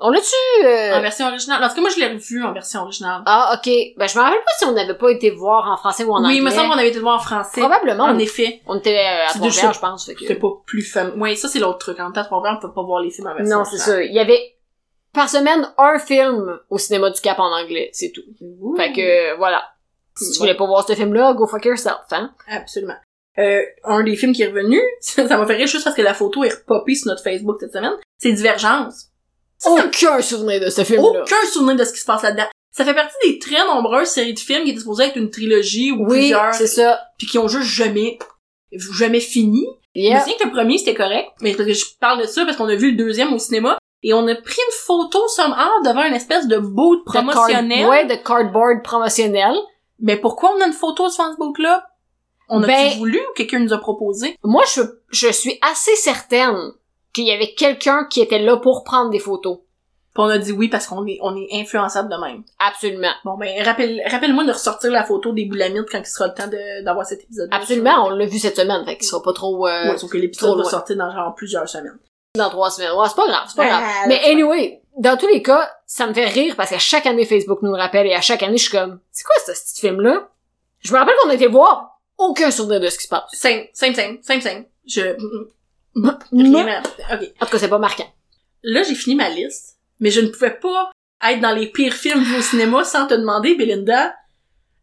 Speaker 1: On l'a-tu...
Speaker 2: euh,
Speaker 1: euh,
Speaker 2: en version originale. En tout cas, moi, je l'ai revu en version originale.
Speaker 1: Ah, ok. Ben, je me rappelle pas si on n'avait pas été voir en français ou en anglais.
Speaker 2: oui, il me semble qu'on avait été le voir en français.
Speaker 1: Probablement.
Speaker 2: En
Speaker 1: on,
Speaker 2: effet.
Speaker 1: on était euh, à
Speaker 2: C'est deux
Speaker 1: Trois-Rivières,
Speaker 2: choses.
Speaker 1: je pense. fait que-
Speaker 2: C'était pas plus fun. Oui, ça, c'est l'autre truc. En tant qu'on on peut pas voir les films en version
Speaker 1: Non, c'est
Speaker 2: originale.
Speaker 1: ça. Il y avait par semaine un film au cinéma du Cap en anglais, c'est tout.
Speaker 2: Ouh.
Speaker 1: Fait que, euh, voilà. Si tu voulais pas voir ce film-là, go fuck yourself, hein.
Speaker 2: Absolument. Euh, un des films qui est revenu, ça m'a fait rire juste parce que la photo est repopée sur notre Facebook cette semaine, c'est Divergence. Ça, ça-
Speaker 1: Aucun souvenir de Oh, ce film-là.
Speaker 2: Aucun souvenir de ce qui se passe là-dedans. Ça fait partie des très nombreuses séries de films qui étaient supposées être une trilogie ou
Speaker 1: Oui,
Speaker 2: plusieurs,
Speaker 1: c'est ça.
Speaker 2: puis qui ont juste jamais, jamais fini. Je me
Speaker 1: Yeah.
Speaker 2: souviens que le premier, c'était correct, mais parce que je parle de ça parce qu'on a vu le deuxième au cinéma, et on a pris une photo somehow devant une espèce de boot
Speaker 1: De card-
Speaker 2: promotionnel.
Speaker 1: Ouais, de cardboard promotionnel.
Speaker 2: Mais pourquoi on a une photo sur ce boot-là? On a-tu
Speaker 1: Ben-
Speaker 2: voulu ou quelqu'un nous a proposé?
Speaker 1: Moi, je, je suis assez certaine qu'il y avait quelqu'un qui était là pour prendre des photos.
Speaker 2: Puis on a dit oui parce qu'on est, on est influençable de même.
Speaker 1: Absolument.
Speaker 2: Bon, ben, rappelle, rappelle-moi de ressortir la photo des boulamites quand il sera le temps de, d'avoir cet épisode.
Speaker 1: Absolument, on l'a vu cette semaine, fait qu'il sera pas trop... euh,
Speaker 2: Ouais, sauf que
Speaker 1: trop
Speaker 2: l'épisode va
Speaker 1: loin.
Speaker 2: sortir dans genre plusieurs semaines.
Speaker 1: dans trois semaines. Ouais, c'est pas grave, c'est pas
Speaker 2: Ah,
Speaker 1: grave.
Speaker 2: that's
Speaker 1: Mais
Speaker 2: fine.
Speaker 1: anyway, dans tous les cas, ça me fait rire parce qu'à chaque année, Facebook nous le rappelle et à chaque année, je suis comme, c'est quoi ce petit film-là? Je me rappelle qu'on a été voir aucun souvenir de ce qui se passe.
Speaker 2: Same, same, same, same, same. Je,
Speaker 1: Non.
Speaker 2: rien à- ok.
Speaker 1: En tout cas, c'est pas marquant.
Speaker 2: Là, j'ai fini ma liste, mais je ne pouvais pas être dans les pires films vus au cinéma sans te demander, Belinda,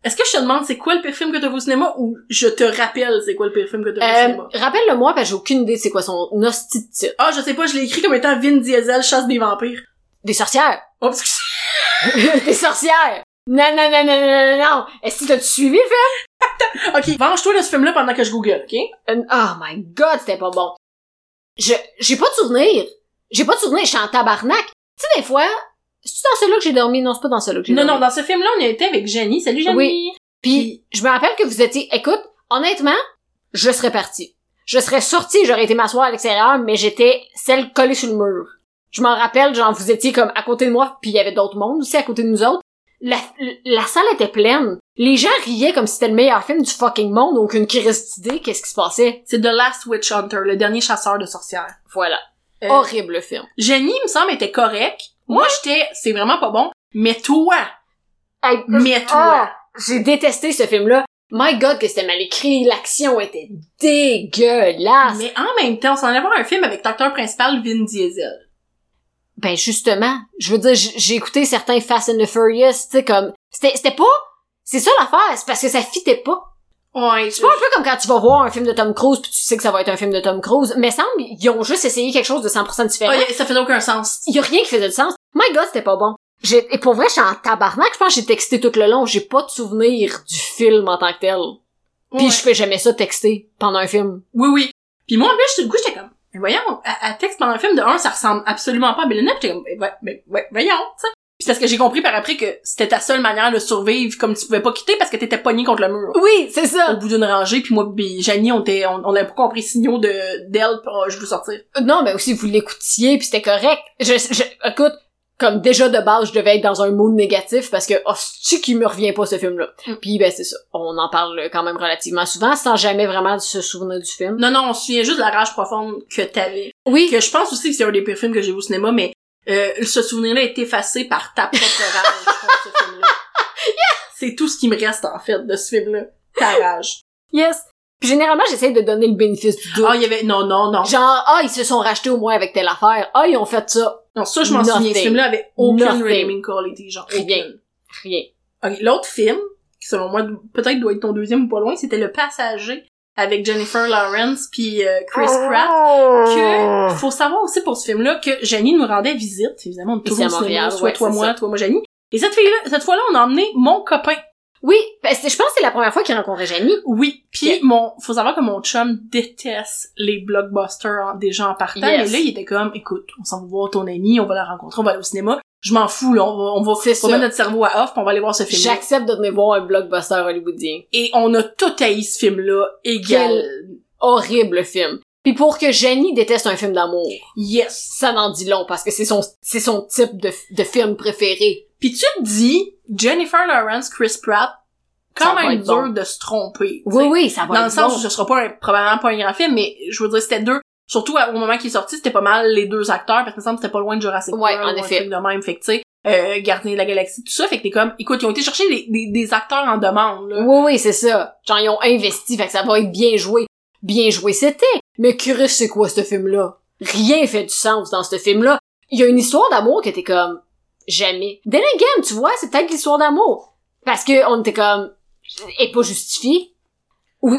Speaker 2: est-ce que je te demande c'est quoi le pire film que t'as vu au cinéma ou je te rappelle c'est quoi le pire film que t'as vu au
Speaker 1: Euh,
Speaker 2: cinéma?
Speaker 1: rappelle-le-moi parce que j'ai aucune idée de c'est quoi son hostie de titre.
Speaker 2: Ah, je sais pas, je l'ai écrit comme étant Vin Diesel, chasse des vampires.
Speaker 1: Des sorcières!
Speaker 2: Oh, parce que
Speaker 1: Des sorcières! Non, non, non, non, non, non, non! Est-ce que t'as suivi le
Speaker 2: Ok, venge-toi de ce film-là pendant que je google, ok?
Speaker 1: Un- Oh my god, c'était pas bon. Je, j'ai pas de souvenir. J'ai pas de souvenir, j'étais en tabarnak. Tu sais, des fois, c'est-tu dans celui-là que j'ai dormi? Non, c'est pas dans celui-là que j'ai
Speaker 2: Non,
Speaker 1: dormi.
Speaker 2: non, dans ce film-là, on était avec Jenny. Salut, Jenny!
Speaker 1: Oui. Puis, je me rappelle que vous étiez, écoute, honnêtement, je serais partie. Je serais sortie, j'aurais été m'asseoir à l'extérieur, mais j'étais celle collée sur le mur. Je m'en rappelle, genre, vous étiez comme à côté de moi, puis il y avait d'autres mondes aussi à côté de nous autres. La, la salle était pleine. Les gens riaient comme si c'était le meilleur film du fucking monde, aucune crise d'idée, qu'est-ce qui se passait.
Speaker 2: C'est The Last Witch Hunter, le dernier chasseur de sorcières.
Speaker 1: Voilà.
Speaker 2: Euh,
Speaker 1: Horrible film.
Speaker 2: Jenny, il me semble, était correct. Moi, j'étais, c'est vraiment pas bon. Mais toi,
Speaker 1: Ah. Hey,
Speaker 2: mais toi,
Speaker 1: Euh, Ah, j'ai détesté ce film-là. My God, que c'était mal écrit, l'action était dégueulasse.
Speaker 2: mais en même temps, on s'en allait voir un film avec l'acteur principal Vin Diesel.
Speaker 1: Ben justement, je veux dire, j- j'ai écouté certains Fast and the Furious, tu sais, comme... C'était c'était pas... C'est ça l'affaire, c'est parce que ça fitait pas.
Speaker 2: Ouais,
Speaker 1: C'est pas un peu comme quand tu vas voir un film de Tom Cruise puis tu sais que ça va être un film de Tom Cruise. Mais semble, ils ont juste essayé quelque chose de 100% différent.
Speaker 2: Ah, ça faisait aucun sens.
Speaker 1: Il y a rien qui faisait de sens. My God, c'était pas bon. J'ai- Et pour vrai, j'étais en tabarnak. Je pense que j'ai texté tout le long. J'ai pas de souvenir du film en tant que tel. Puis
Speaker 2: Ouais.
Speaker 1: je fais jamais ça, texter pendant un film.
Speaker 2: Oui, oui. Puis moi, en plus, le coup, j'étais comme, mais voyons, à, à texte pendant le film, de un, ça ressemble absolument pas à Belinda, Puis j'étais comme, mais, ouais, mais ouais, voyons, tu sais. Puis c'est parce que j'ai compris par après que c'était ta seule manière de survivre, comme tu pouvais pas quitter parce que t'étais pogné contre le mur.
Speaker 1: Oui, c'est
Speaker 2: au
Speaker 1: ça.
Speaker 2: bout d'une rangée, puis moi pis Janie, on était, on, on avait pas compris signaux de d'elle, pis, oh, je veux sortir.
Speaker 1: Non, mais aussi, vous l'écoutiez, puis c'était correct. Je, je- écoute, comme déjà de base, je devais être dans un mood négatif parce que, oh, c'est qui me revient pas ce film-là.
Speaker 2: Mm.
Speaker 1: Puis ben c'est ça. On en parle quand même relativement souvent, sans jamais vraiment se souvenir du film.
Speaker 2: Non, non, on se souvient juste de la rage profonde que t'avais.
Speaker 1: Oui.
Speaker 2: Que je pense aussi que c'est un des pires films que j'ai vu au cinéma, mais euh, ce souvenir-là est effacé par ta propre rage contre ce film-là. C'est tout ce qui me reste, en fait, de ce film-là. Ta rage.
Speaker 1: Yes. Puis généralement, j'essaie de donner le bénéfice du doute.
Speaker 2: Ah, il y avait... Non, non, non.
Speaker 1: Genre, ah, ils se sont rachetés au moins avec telle affaire. Ah, ils ont fait ça.
Speaker 2: Non, ça, je m'en
Speaker 1: Nothing.
Speaker 2: souviens. Ce film-là avait aucune
Speaker 1: Nothing.
Speaker 2: redeeming quality, genre. aucune.
Speaker 1: Rien. Rien.
Speaker 2: Ok, l'autre film, qui selon moi, peut-être doit être ton deuxième ou pas loin, c'était Le Passager avec Jennifer Lawrence puis euh, Chris
Speaker 1: Ah.
Speaker 2: Pratt
Speaker 1: que...
Speaker 2: que faut savoir aussi pour ce film-là que Janie nous rendait visite. Évidemment, on est
Speaker 1: Ici à
Speaker 2: toujours au cinéma,
Speaker 1: Montréal,
Speaker 2: soit
Speaker 1: ouais,
Speaker 2: toi,
Speaker 1: c'est
Speaker 2: moi,
Speaker 1: ça.
Speaker 2: toi, moi, Janie. Et cette fille-là, cette fois-là, on a emmené mon copain.
Speaker 1: Oui, parce que je pense que c'est la première fois qu'il rencontrait Janie.
Speaker 2: Oui. Puis
Speaker 1: Yeah.
Speaker 2: mon, faut savoir que mon chum déteste les blockbusters en- des gens en partant.
Speaker 1: Yes.
Speaker 2: Mais là, il était comme, écoute, on s'en va voir ton ami, on va la rencontrer, on va aller au cinéma. Je m'en fous, là, on va, on va,
Speaker 1: C'est
Speaker 2: on
Speaker 1: ça.
Speaker 2: va mettre notre cerveau à off, puis on va aller voir ce film.
Speaker 1: J'accepte de venir voir un blockbuster hollywoodien.
Speaker 2: Et on a tout haï ce film-là, égal.
Speaker 1: Horrible film. Puis pour que Janie déteste un film d'amour,
Speaker 2: Yes.
Speaker 1: ça n'en dit long parce que c'est son c'est son type de, de film préféré.
Speaker 2: Puis tu te dis, Jennifer Lawrence, Chris Pratt,
Speaker 1: Ça
Speaker 2: quand
Speaker 1: va
Speaker 2: même
Speaker 1: être
Speaker 2: dur
Speaker 1: bon.
Speaker 2: de se tromper. tu
Speaker 1: Oui
Speaker 2: sais.
Speaker 1: oui, ça va
Speaker 2: Dans le
Speaker 1: être
Speaker 2: sens
Speaker 1: bon.
Speaker 2: où ce sera pas un- probablement pas un grand film, mais je veux dire, c'était deux. Surtout à- au moment qu'il est sorti, c'était pas mal les deux acteurs, parce que me semble que c'était pas loin de Jurassic
Speaker 1: Ouais,
Speaker 2: World
Speaker 1: en
Speaker 2: ou un
Speaker 1: effet.
Speaker 2: truc de même. Fait que tu sais, euh, Gardien de la Galaxie, tout ça, fait que t'es comme, écoute, ils ont été chercher des, des, des acteurs en demande, là.
Speaker 1: Oui oui, c'est ça. Genre ils ont investi, fait que ça va être bien joué. Bien joué c'était. Mais curieux, c'est quoi ce film là Rien fait du sens dans ce film là. Il y a une histoire d'amour que t'es comme jamais. Then again, tu vois, c'est peut-être l'histoire d'amour parce que on était comme est pas justifié. Ou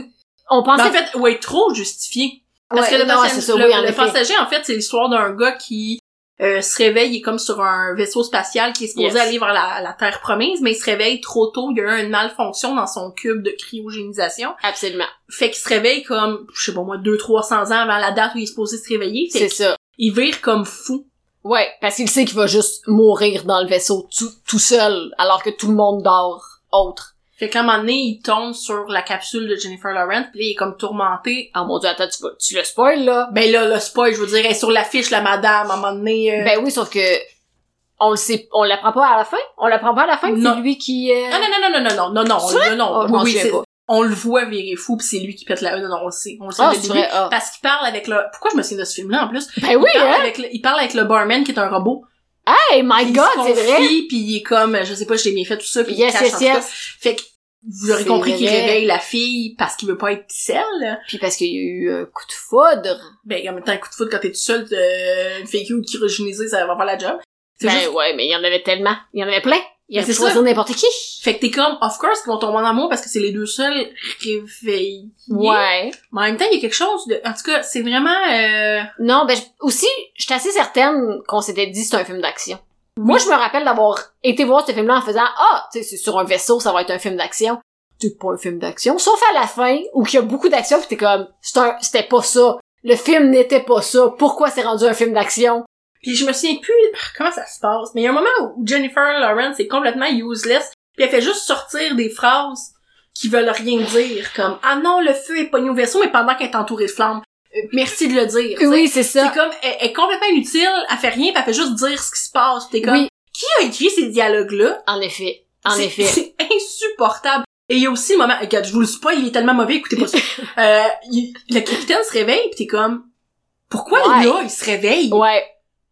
Speaker 1: on
Speaker 2: Mais
Speaker 1: pensait
Speaker 2: en fait, ouais, trop justifié. Parce
Speaker 1: Ouais,
Speaker 2: que le,
Speaker 1: non,
Speaker 2: passager-
Speaker 1: c'est ça,
Speaker 2: le-
Speaker 1: oui, en
Speaker 2: le
Speaker 1: effet.
Speaker 2: passager, en fait, c'est l'histoire d'un gars qui euh, se réveille, il est comme sur un vaisseau spatial qui est supposé
Speaker 1: Yes.
Speaker 2: aller vers la, la Terre promise, mais il se réveille trop tôt, il y a eu une malfonction dans son cube de cryogénisation.
Speaker 1: absolument.
Speaker 2: Fait qu'il se réveille comme, je sais pas moi, 200-300 ans avant la date où il est supposé se réveiller.
Speaker 1: C'est
Speaker 2: Fait
Speaker 1: ça.
Speaker 2: qu'il vire comme fou.
Speaker 1: Ouais, parce qu'il sait qu'il va juste mourir dans le vaisseau tout, tout seul, alors que tout le monde dort autre.
Speaker 2: Fait qu'à un moment donné, il tombe sur la capsule de Jennifer Lawrence, pis là, il est comme tourmenté.
Speaker 1: Ah mon dieu, attends, tu, vas- tu le spoil là?
Speaker 2: Ben là, le spoil, je veux dire, elle est sur l'affiche, la madame, à un moment donné... euh,
Speaker 1: Ben oui, sauf que on le sait, on l'apprend pas à la fin? On l'apprend pas à la fin que
Speaker 2: Non.
Speaker 1: c'est lui qui... euh,
Speaker 2: Non, non, non, non, non, non, non, non,
Speaker 1: C'est
Speaker 2: on- non,
Speaker 1: Oh,
Speaker 2: non,
Speaker 1: je m'en
Speaker 2: oui,
Speaker 1: souviens
Speaker 2: c'est-
Speaker 1: pas.
Speaker 2: on le voit virer fou, puis c'est lui qui pète la... Non, non, on le sait, on le sait
Speaker 1: Ah,
Speaker 2: dès le
Speaker 1: c'est
Speaker 2: début.
Speaker 1: vrai, ah.
Speaker 2: Parce qu'il parle avec le... Pourquoi je me souviens de ce film-là, en plus?
Speaker 1: Ben oui,
Speaker 2: il, parle
Speaker 1: hein?
Speaker 2: avec le... il parle avec le barman, qui est un robot.
Speaker 1: Hey, my
Speaker 2: Puis
Speaker 1: god,
Speaker 2: il se
Speaker 1: c'est vrai!
Speaker 2: confie, Puis il est comme, je sais pas, je l'ai bien fait, tout ça, puis il
Speaker 1: Yes,
Speaker 2: cache en
Speaker 1: yes,
Speaker 2: tout cas.
Speaker 1: yes.
Speaker 2: Fait que vous aurez
Speaker 1: C'est
Speaker 2: compris qu'il
Speaker 1: vrai.
Speaker 2: réveille la fille parce qu'il veut pas être seul.
Speaker 1: Puis parce qu'il y a eu un coup de foudre.
Speaker 2: Ben, en même temps, un coup de foudre quand t'es tout seul, euh, une fille qui régénisée, ça va faire la job. C'est
Speaker 1: Ben
Speaker 2: juste...
Speaker 1: ouais, mais il y en avait tellement. Il y en avait plein. Il y
Speaker 2: Mais
Speaker 1: avait
Speaker 2: c'est
Speaker 1: choisi
Speaker 2: ça.
Speaker 1: n'importe qui.
Speaker 2: Fait que t'es comme, of course, qu'ils vont tomber en amour parce que c'est les deux seuls réveillés.
Speaker 1: Ouais.
Speaker 2: Mais en même temps, il y a quelque chose de... En tout cas, c'est vraiment... Euh...
Speaker 1: Non, ben je- aussi, j'étais assez certaine qu'on s'était dit que c'est un film d'action. Moi, je me rappelle d'avoir été voir ce film-là en faisant ah, tu sais, c'est sur un vaisseau, ça va être un film d'action. C'est pas un film d'action, sauf à la fin où il y a beaucoup d'action, pis t'es comme c'est un- c'était pas ça. Le film n'était pas ça. Pourquoi c'est rendu un film d'action
Speaker 2: Puis je me souviens plus ah, comment ça se passe, mais il y a un moment où Jennifer Lawrence est complètement useless, puis elle fait juste sortir des phrases qui veulent rien dire, comme « Ah non, le feu est pogné au vaisseau, mais pendant qu'elle est entourée de flammes. Euh, Merci de le dire. » tu sais.
Speaker 1: Oui, c'est ça.
Speaker 2: C'est comme, elle, elle est complètement inutile, elle fait rien, pis elle fait juste dire ce qui se passe. Pis T'es comme,
Speaker 1: Oui,
Speaker 2: qui a écrit ces dialogues-là?
Speaker 1: en effet, en
Speaker 2: C'est-
Speaker 1: effet.
Speaker 2: C'est insupportable. Et il y a aussi le moment, regarde, je vous le spoil, il est tellement mauvais, écoutez pas ça. Euh, il- le capitaine se réveille, pis t'es comme, pourquoi
Speaker 1: Ouais.
Speaker 2: là, il se réveille?
Speaker 1: Ouais,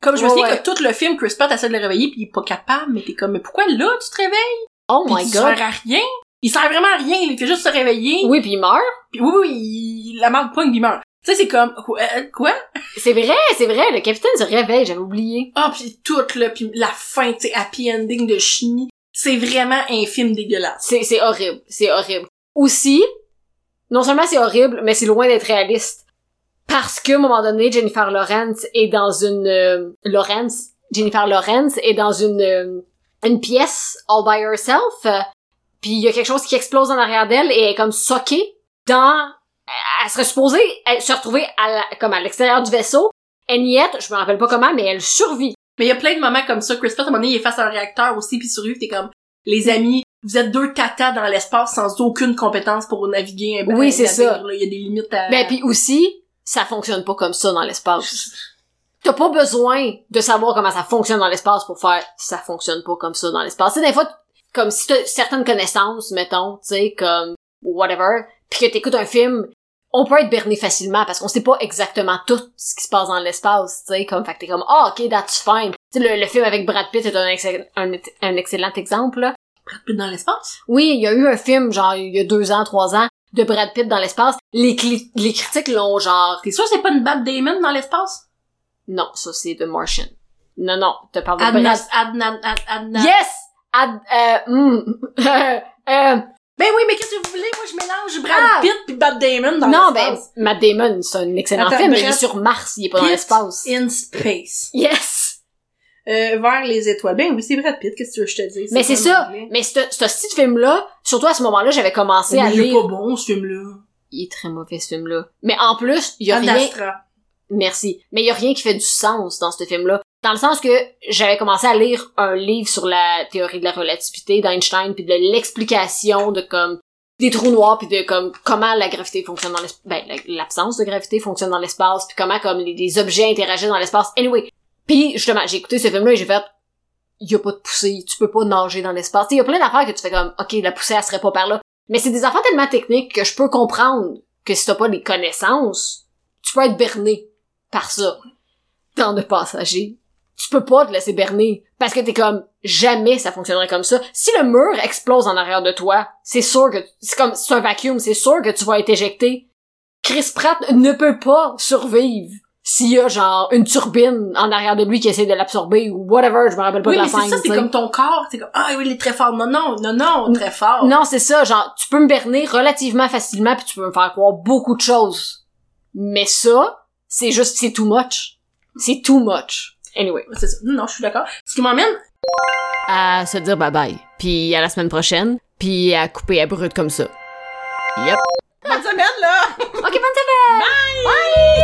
Speaker 2: Comme je me
Speaker 1: Ouais,
Speaker 2: souviens
Speaker 1: ouais.
Speaker 2: que tout le film, Chris Pratt essaie de le réveiller, pis il est pas capable, mais t'es comme, mais pourquoi là, tu te réveilles?
Speaker 1: oh
Speaker 2: Pis
Speaker 1: my
Speaker 2: tu
Speaker 1: god.
Speaker 2: sers à rien. Il sert vraiment à rien, il fait juste se réveiller.
Speaker 1: Oui, puis il meurt.
Speaker 2: Pis oui, oui, il la marque pas une meurt. Tu sais, c'est comme, Qu- euh, quoi?
Speaker 1: C'est vrai, c'est vrai, le capitaine se réveille, j'avais oublié.
Speaker 2: Ah, puis tout, là, puis la fin, tu sais, happy ending de Chini, c'est vraiment un film dégueulasse.
Speaker 1: C'est, c'est horrible, c'est horrible. Aussi, non seulement c'est horrible, mais c'est loin d'être réaliste. Parce que, à un moment donné, Jennifer Lawrence est dans une... euh, Lawrence? Jennifer Lawrence est dans une, euh, une pièce all by herself, euh, puis il y a quelque chose qui explose en arrière d'elle et elle est comme soquée dans... Elle serait supposée elle, se retrouver à la- comme à l'extérieur du vaisseau. Elle y est, je me rappelle pas comment, mais elle survit.
Speaker 2: Mais il y a plein de moments comme ça. Chris Pratt, à un moment donné, il est face à un réacteur aussi, puis sur lui, t'es comme,
Speaker 1: Mm.
Speaker 2: les amis, vous êtes deux tatas dans l'espace sans aucune compétence pour naviguer un
Speaker 1: Oui,
Speaker 2: un
Speaker 1: c'est
Speaker 2: navire,
Speaker 1: ça. Ben,
Speaker 2: là. Il y a des limites à...
Speaker 1: Mais puis aussi, ça fonctionne pas comme ça dans l'espace. T'as pas besoin de savoir comment ça fonctionne dans l'espace pour faire ça fonctionne pas comme ça dans l'espace. C'est des fois comme si t'as certaines connaissances, mettons, tu sais, comme whatever, puis que t'écoutes un film, on peut être berné facilement parce qu'on sait pas exactement tout ce qui se passe dans l'espace, tu sais, comme fait que t'es comme ah ok that's fine. Tu sais, le, le film avec Brad Pitt est un, excell- un, un excellent exemple. là.
Speaker 2: dans l'espace.
Speaker 1: Oui, il y a eu un film genre il y a deux ans, trois ans de Brad Pitt dans l'espace. Les, cli- les critiques l'ont genre
Speaker 2: T'es sûr que c'est pas une Bad Damon dans l'espace?
Speaker 1: non ça c'est The Martian. Non non, te parle de Brad
Speaker 2: Adnan, Adnan, Ad- Adnan.
Speaker 1: Yes! Ad, hmm, euh, mm, euh, euh,
Speaker 2: Ben oui, mais qu'est-ce que vous voulez? Moi, je mélange Brad
Speaker 1: Ah!
Speaker 2: Pitt puis Bob Damon dans
Speaker 1: non, ben,
Speaker 2: l'espace.
Speaker 1: Matt Damon, c'est un excellent
Speaker 2: Attends,
Speaker 1: film, mais
Speaker 2: bref.
Speaker 1: il est sur Mars, il est pas dans
Speaker 2: Pitt
Speaker 1: l'espace.
Speaker 2: In space.
Speaker 1: Yes!
Speaker 2: Euh, vers les étoiles. Ben oui, c'est Brad Pitt, qu'est-ce que tu veux que je te dise?
Speaker 1: Mais c'est
Speaker 2: pas
Speaker 1: ça!
Speaker 2: en anglais.
Speaker 1: Mais ce ce style de film-là, surtout à ce moment-là, j'avais commencé à
Speaker 2: Mais il est
Speaker 1: lire...
Speaker 2: pas bon, ce film-là.
Speaker 1: Il est très mauvais, ce film-là. Mais en plus, il y a
Speaker 2: Ad
Speaker 1: rien...
Speaker 2: Astra.
Speaker 1: Merci. Mais il y a rien qui fait du sens dans ce film-là. Dans le sens que j'avais commencé à lire un livre sur la théorie de la relativité d'Einstein, puis de l'explication de comme des trous noirs, puis de comme comment la gravité fonctionne dans l'espace, ben la- l'absence de gravité fonctionne dans l'espace, puis comment comme les, les objets interagissent dans l'espace. Anyway, puis justement, j'ai écouté ce film-là et j'ai fait, il y a pas de poussée, tu peux pas nager dans l'espace. Il y a plein d'affaires que tu fais comme, ok, la poussée elle serait pas par là. Mais c'est des affaires tellement techniques que je peux comprendre que si t'as pas les connaissances, tu peux être berné par ça. Tant de passagers. Tu peux pas te laisser berner. Parce que t'es comme, jamais ça fonctionnerait comme ça. Si le mur explose en arrière de toi, c'est sûr que, c'est comme, c'est un vacuum, c'est sûr que tu vas être éjecté. Chris Pratt ne peut pas survivre s'il y a genre une turbine en arrière de lui qui essaie de l'absorber ou whatever, je me rappelle pas
Speaker 2: Oui,
Speaker 1: de la
Speaker 2: mais
Speaker 1: scène.
Speaker 2: c'est ça, c'est
Speaker 1: tu sais.
Speaker 2: comme ton corps. C'est comme, ah oui, il est très fort. Non, non, non, non, très fort.
Speaker 1: Non, c'est ça, genre, tu peux me berner relativement facilement puis tu peux me faire croire beaucoup de choses. Mais ça, c'est juste, c'est too much. C'est too much. Anyway.
Speaker 2: C'est ça. Non, je suis d'accord. Ce qui m'emmène
Speaker 1: À se dire bye bye. Puis à la semaine prochaine. Puis à couper à brut comme ça. Yep.
Speaker 2: Bonne semaine, là!
Speaker 1: Ok, bonne semaine!